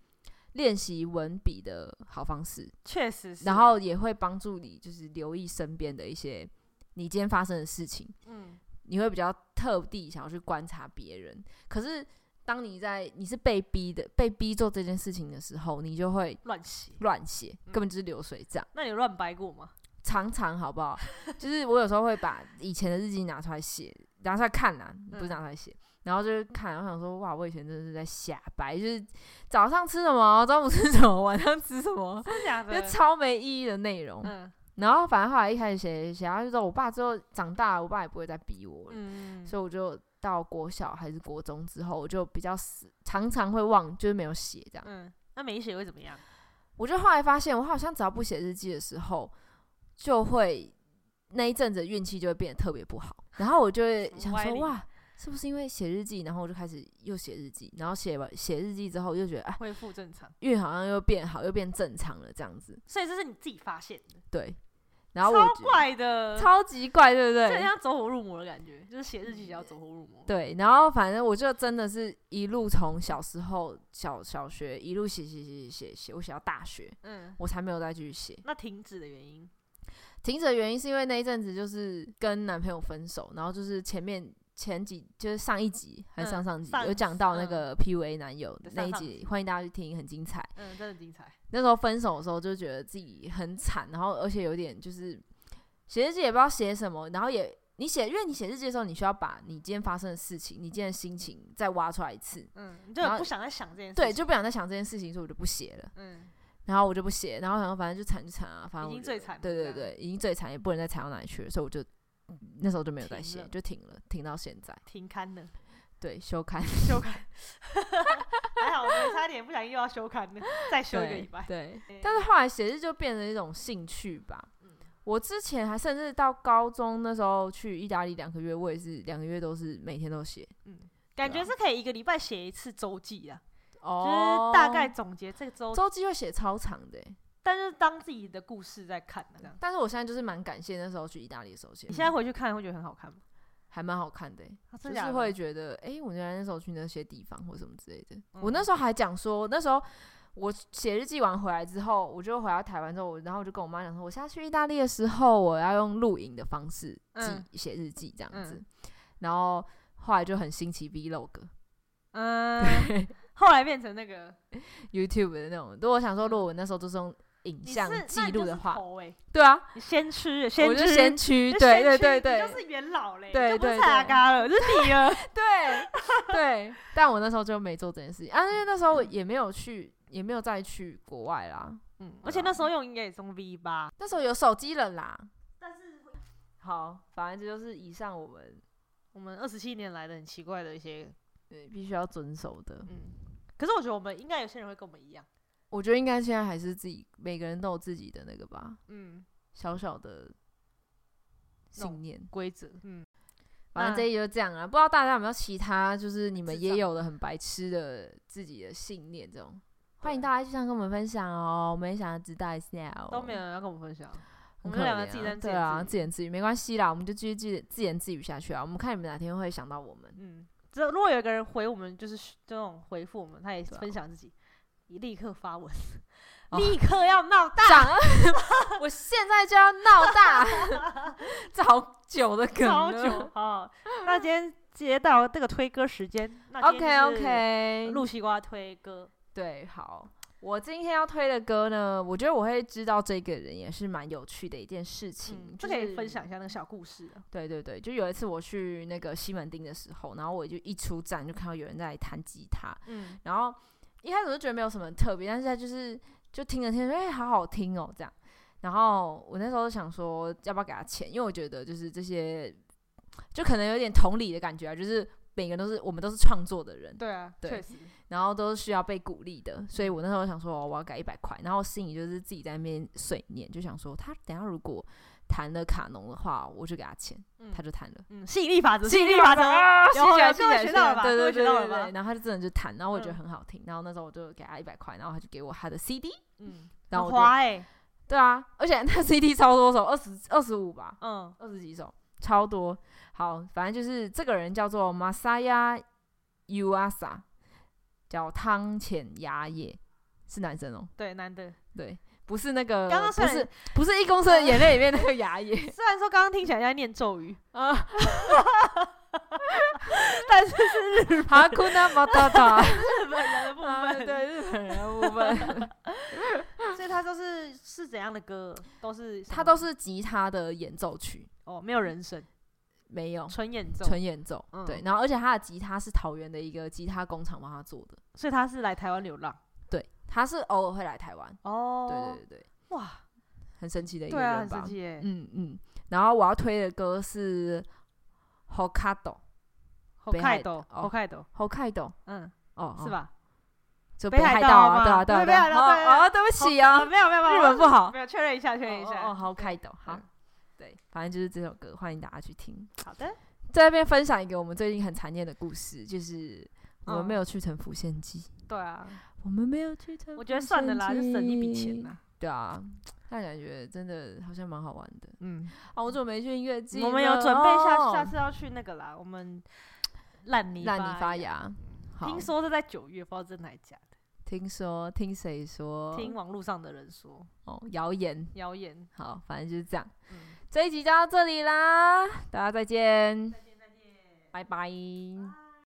Speaker 2: 练习文笔的好方式，
Speaker 1: 确实是。
Speaker 2: 然后也会帮助你就是留意身边的一些你今天发生的事情，
Speaker 1: 嗯，
Speaker 2: 你会比较特地想要去观察别人。可是当你在你是被逼的被逼做这件事情的时候，你就会
Speaker 1: 乱写。
Speaker 2: 乱写，
Speaker 1: 嗯
Speaker 2: 根本就是流水账。
Speaker 1: 那你有乱掰过吗？
Speaker 2: 常常好不好？ 就是我有时候会把以前的日记拿出来写，拿出来看啦，不是
Speaker 1: 嗯
Speaker 2: 拿出来写。然后就是看，我想说，哇，我以前真的是在瞎掰，就是早上吃什么，中午吃什么，晚上吃什 么，
Speaker 1: 真的假
Speaker 2: 就
Speaker 1: 的？
Speaker 2: 超没意义的内容。
Speaker 1: 嗯
Speaker 2: 然后反正后来一开始写写下去之后，我爸之后长大了，我爸也不会再逼我了，
Speaker 1: 嗯，
Speaker 2: 所以我就到国小还是国中之后，我就比较死常常会忘，就是没有写这样。
Speaker 1: 嗯，那没写会怎么样？
Speaker 2: 我就后来发现，我好像只要不写日记的时候，就会那一阵子运气就会变得特别不好。然后我就会
Speaker 1: 什么
Speaker 2: 想
Speaker 1: 歪
Speaker 2: 说，
Speaker 1: 理
Speaker 2: 哇，是不是因为写日记？然后我就开始又写日记，然后写完写日记之后，又觉得哎，
Speaker 1: 恢复正常，
Speaker 2: 运好像又变好，又变正常了这样子。
Speaker 1: 所以这是你自己发现的，
Speaker 2: 对，然后我
Speaker 1: 超
Speaker 2: 觉
Speaker 1: 怪的，
Speaker 2: 超级怪，对不
Speaker 1: 这很
Speaker 2: 对？嗯
Speaker 1: 像走火入魔的感觉，就是写日记也要走火入魔。
Speaker 2: 对，然后反正我就真的是一路从小时候小小学一路写写写写写，我写到大学，
Speaker 1: 嗯，
Speaker 2: 我才没有再继续写。
Speaker 1: 那停止的原因，
Speaker 2: 停止的原因是因为那一阵子就是跟男朋友分手，然后就是前面前几就是上一集还是上上集、
Speaker 1: 嗯上嗯
Speaker 2: 有讲到那个 PUA 男友
Speaker 1: 对
Speaker 2: 那一
Speaker 1: 上上
Speaker 2: 集，欢迎大家去听，很精彩。
Speaker 1: 嗯，真的精彩。
Speaker 2: 那时候分手的时候就觉得自己很惨，然后而且有点就是写日记也不知道写什么，然后也你写，因为你写日记的时候，你需要把你今天发生的事情、你今天的心情再挖出来一次，
Speaker 1: 嗯，你就
Speaker 2: 然后
Speaker 1: 很不想再想这件事情。
Speaker 2: 对，就不想再想这件事情，所以我就不写了。
Speaker 1: 嗯，
Speaker 2: 然后我就不写，然后然后反正就惨就惨啊，反正
Speaker 1: 已
Speaker 2: 我
Speaker 1: 经
Speaker 2: 就
Speaker 1: 最惨了
Speaker 2: 对对
Speaker 1: 这样
Speaker 2: 对，已经最惨，也不能再惨到哪里去了，所以我就嗯那时候就没有再
Speaker 1: 停
Speaker 2: 写，
Speaker 1: 了
Speaker 2: 就停了，停到现在，
Speaker 1: 停刊了，
Speaker 2: 对，休刊，
Speaker 1: 休刊。还好，我们差点不小心又要休刊了，再 休一个礼拜。
Speaker 2: 对， 对但是后来写日就变成一种兴趣吧。
Speaker 1: 嗯
Speaker 2: 我之前还甚至到高中那时候去意大利两个月，我也是两个月都是每天都写，
Speaker 1: 感
Speaker 2: 对
Speaker 1: 觉
Speaker 2: 啊
Speaker 1: 是可以一个礼拜写一次周记啊，
Speaker 2: 哦
Speaker 1: 就是大概总结这个周，
Speaker 2: 周记会写超长的欸，
Speaker 1: 但是当自己的故事在看啊的这样。
Speaker 2: 但是我现在就是蛮感谢那时候去意大利的时候写，
Speaker 1: 你现在回去看会觉得很好看吗？
Speaker 2: 还蛮好看的欸。
Speaker 1: 啊
Speaker 2: 就
Speaker 1: 真假
Speaker 2: 是
Speaker 1: 的
Speaker 2: 会觉得，哎、我原来那时候去那些地方或什么之类的。我
Speaker 1: 嗯
Speaker 2: 那时候还讲说，那时候我写日记完回来之后，我就回到台湾之后，我然后我就跟我妈讲说，我下次去意大利的时候，我要用录影的方式
Speaker 1: 嗯
Speaker 2: 记写日记这样子。
Speaker 1: 嗯
Speaker 2: 然后后来就很新奇 vlog
Speaker 1: 嗯， 后来变成那个
Speaker 2: YouTube 的那种。如果我想说，如果我那时候都是用影
Speaker 1: 你
Speaker 2: 像
Speaker 1: 是
Speaker 2: 记录的话，
Speaker 1: 哎，
Speaker 2: 对啊，
Speaker 1: 你先吃，
Speaker 2: 我
Speaker 1: 先
Speaker 2: 就
Speaker 1: 吃，
Speaker 2: 先驱，对对
Speaker 1: 先吃
Speaker 2: 对
Speaker 1: 你
Speaker 2: 对
Speaker 1: 就是元老嘞，
Speaker 2: 对
Speaker 1: 就不
Speaker 2: 对
Speaker 1: 是
Speaker 2: 对
Speaker 1: 阿嘎了，是你了。
Speaker 2: 对对。但我那时候就没做这件事情啊，因为那时候我也没有去，也没有再去国外啦。
Speaker 1: 嗯，而且那时候用应该也是用 V 八，
Speaker 2: 那时候有手机了啦。但是好，反正这就是以上我们
Speaker 1: 我们二十七年来的很奇怪的一些，
Speaker 2: 对呃必须要遵守的。
Speaker 1: 嗯，可是我觉得我们应该有些人会跟我们一样，
Speaker 2: 我觉得应该现在还是自己每个人都有自己的那个吧，
Speaker 1: 嗯，
Speaker 2: 小小的信念。
Speaker 1: 规则，嗯，
Speaker 2: 反正
Speaker 1: 那
Speaker 2: 这一集就这样啊，不知道大家有没有其他，就是你们
Speaker 1: 智
Speaker 2: 也
Speaker 1: 障
Speaker 2: 有的很白痴的自己的信念这种。欢迎
Speaker 1: 对
Speaker 2: 大家去上跟我们分享哦，我们也想要知道一下哦。
Speaker 1: 都没有人要跟我们分享，我
Speaker 2: 很
Speaker 1: 们
Speaker 2: 可
Speaker 1: 两个
Speaker 2: 怜
Speaker 1: 自己
Speaker 2: 啊
Speaker 1: 在自
Speaker 2: 对
Speaker 1: 言
Speaker 2: 啊，
Speaker 1: 自
Speaker 2: 自言自语没关系啦，我们就继续自己自言自语下去啊。我们看你们哪天会想到我们。
Speaker 1: 嗯，只有如果有一个人回我们，就是这种回复我们，他也
Speaker 2: 对啊
Speaker 1: 分享自己，你立刻发文，
Speaker 2: 哦
Speaker 1: 立刻要闹 大，
Speaker 2: 长，我现在就要闹 大，这好久的梗
Speaker 1: 超
Speaker 2: 了。
Speaker 1: 久啊！那今天接到这个推歌时间，那今
Speaker 2: OK
Speaker 1: 天就是
Speaker 2: OK，
Speaker 1: 陆西瓜推歌，
Speaker 2: 对好。我今天要推的歌呢，我觉得我会知道这个人也是蛮有趣的一件事情，
Speaker 1: 嗯，
Speaker 2: 就
Speaker 1: 这
Speaker 2: 是
Speaker 1: 可以分享一下那个小故事啊，
Speaker 2: 对对对，就有一次我去那个西门町的时候，然后我就一出站就看到有人在弹吉他，
Speaker 1: 嗯
Speaker 2: 然后一开始我就觉得没有什么很特别，但是他就是就听着听着，哎、好好听哦，这样。然后我那时候想说，要不要给他钱？因为我觉得就是这些，就可能有点同理的感觉啊，就是每个人都是我们都是创作的人，
Speaker 1: 对啊，
Speaker 2: 对
Speaker 1: 确实，
Speaker 2: 然后都是需要被鼓励的，所以我那时候想说，哦我要改一百块，然后心里就是自己在那边碎念，就想说他等一下如果弹了卡农的话，我就给他钱，
Speaker 1: 嗯
Speaker 2: 他就弹了。
Speaker 1: 嗯，吸引力法则，
Speaker 2: 吸引力
Speaker 1: 力法
Speaker 2: 法则
Speaker 1: 则，
Speaker 2: 啊，
Speaker 1: 有
Speaker 2: 吸起来，
Speaker 1: 有
Speaker 2: 吸
Speaker 1: 各位
Speaker 2: 起来
Speaker 1: 学
Speaker 2: 吸
Speaker 1: 到
Speaker 2: 起来
Speaker 1: 了吧？
Speaker 2: 对
Speaker 1: 各
Speaker 2: 对
Speaker 1: 位
Speaker 2: 对
Speaker 1: 学到了
Speaker 2: 对对。
Speaker 1: 吧？
Speaker 2: 然后他就真的就弹，然后我觉得
Speaker 1: 嗯
Speaker 2: 很好听，然后那时候我就给他一百块，然后他就给我他的 CD，
Speaker 1: 嗯，
Speaker 2: 然后
Speaker 1: 很
Speaker 2: 我就
Speaker 1: 滑哎，
Speaker 2: 对啊，而且他 CD 超多首，二十二十五吧，
Speaker 1: 嗯，
Speaker 2: 二十几首，超多。好，反正就是这个人叫做 Masaya Yuasa，叫汤浅雅也，是男生哦。
Speaker 1: 对，男的。
Speaker 2: 对，不是那个，
Speaker 1: 刚刚虽
Speaker 2: 不
Speaker 1: 然
Speaker 2: 是不是一公升的眼泪里面那个雅也
Speaker 1: 虽然说刚刚听起来在念咒语，
Speaker 2: 啊，
Speaker 1: 但是是日
Speaker 2: 哈库纳马达 达，
Speaker 1: 日本人的部
Speaker 2: 啊
Speaker 1: 分。
Speaker 2: 对日本人的部分，
Speaker 1: 所以他都是是怎样的歌，都是什么
Speaker 2: 他都是吉他的演奏曲，
Speaker 1: 哦，没有人声，
Speaker 2: 没有
Speaker 1: 纯演奏，
Speaker 2: 哦纯演奏，
Speaker 1: 嗯
Speaker 2: 对，然后而且他的吉他是桃园的一个吉他工厂帮他做的，
Speaker 1: 所以他是来台湾流浪。
Speaker 2: 对，他是偶尔会来台湾，
Speaker 1: 哦，
Speaker 2: 对对对对，
Speaker 1: 哇，
Speaker 2: 很神奇的一个
Speaker 1: 对啊，
Speaker 2: 人
Speaker 1: 很神
Speaker 2: 吧，
Speaker 1: 奇耶。
Speaker 2: 嗯嗯，然后我要推的歌是 Hokkaido。
Speaker 1: 好
Speaker 2: 北
Speaker 1: 开
Speaker 2: 海
Speaker 1: 斗，
Speaker 2: 哦
Speaker 1: 好开斗，
Speaker 2: Hokkaido
Speaker 1: 嗯，
Speaker 2: 哦，
Speaker 1: 是
Speaker 2: 哦？
Speaker 1: 吧？
Speaker 2: 就
Speaker 1: 北
Speaker 2: 北
Speaker 1: 海
Speaker 2: 海
Speaker 1: 道
Speaker 2: 道啊，
Speaker 1: 嘛
Speaker 2: 对啊，对啊，
Speaker 1: 对
Speaker 2: 对
Speaker 1: 北海道对
Speaker 2: 啊，
Speaker 1: 啊
Speaker 2: 哦，对不起
Speaker 1: 好
Speaker 2: 啊
Speaker 1: 呃，没有没有没有，
Speaker 2: 日文不好，
Speaker 1: 没有确认一下，确认一
Speaker 2: 哦哦，
Speaker 1: 下。
Speaker 2: 好开头，好
Speaker 1: 嗯，
Speaker 2: 对，反正就是这首歌，欢迎大家去听。
Speaker 1: 好的，
Speaker 2: 在这边分享一个我们最近很残念的故事，就是我们
Speaker 1: 嗯
Speaker 2: 没有去成府县祭，
Speaker 1: 对啊，
Speaker 2: 我们没有去成，
Speaker 1: 我觉得算了啦，就省一笔钱啦。。
Speaker 2: 对啊，但感觉真的好像蛮好玩的。
Speaker 1: 嗯，
Speaker 2: 好久没去音乐季了，
Speaker 1: 我们有准备下
Speaker 2: 哦
Speaker 1: 下次要去那个啦，我们烂泥
Speaker 2: 烂泥发
Speaker 1: 发。
Speaker 2: 芽。好
Speaker 1: 听说是在九月，不知道真的还假的，
Speaker 2: 听说听谁说？
Speaker 1: 听网络上的人说
Speaker 2: 哦，谣言。
Speaker 1: 谣言。
Speaker 2: 好，反正就是这样。
Speaker 1: 嗯，
Speaker 2: 这一集就到这里啦，大家再见，
Speaker 1: 再见再见。
Speaker 2: 拜拜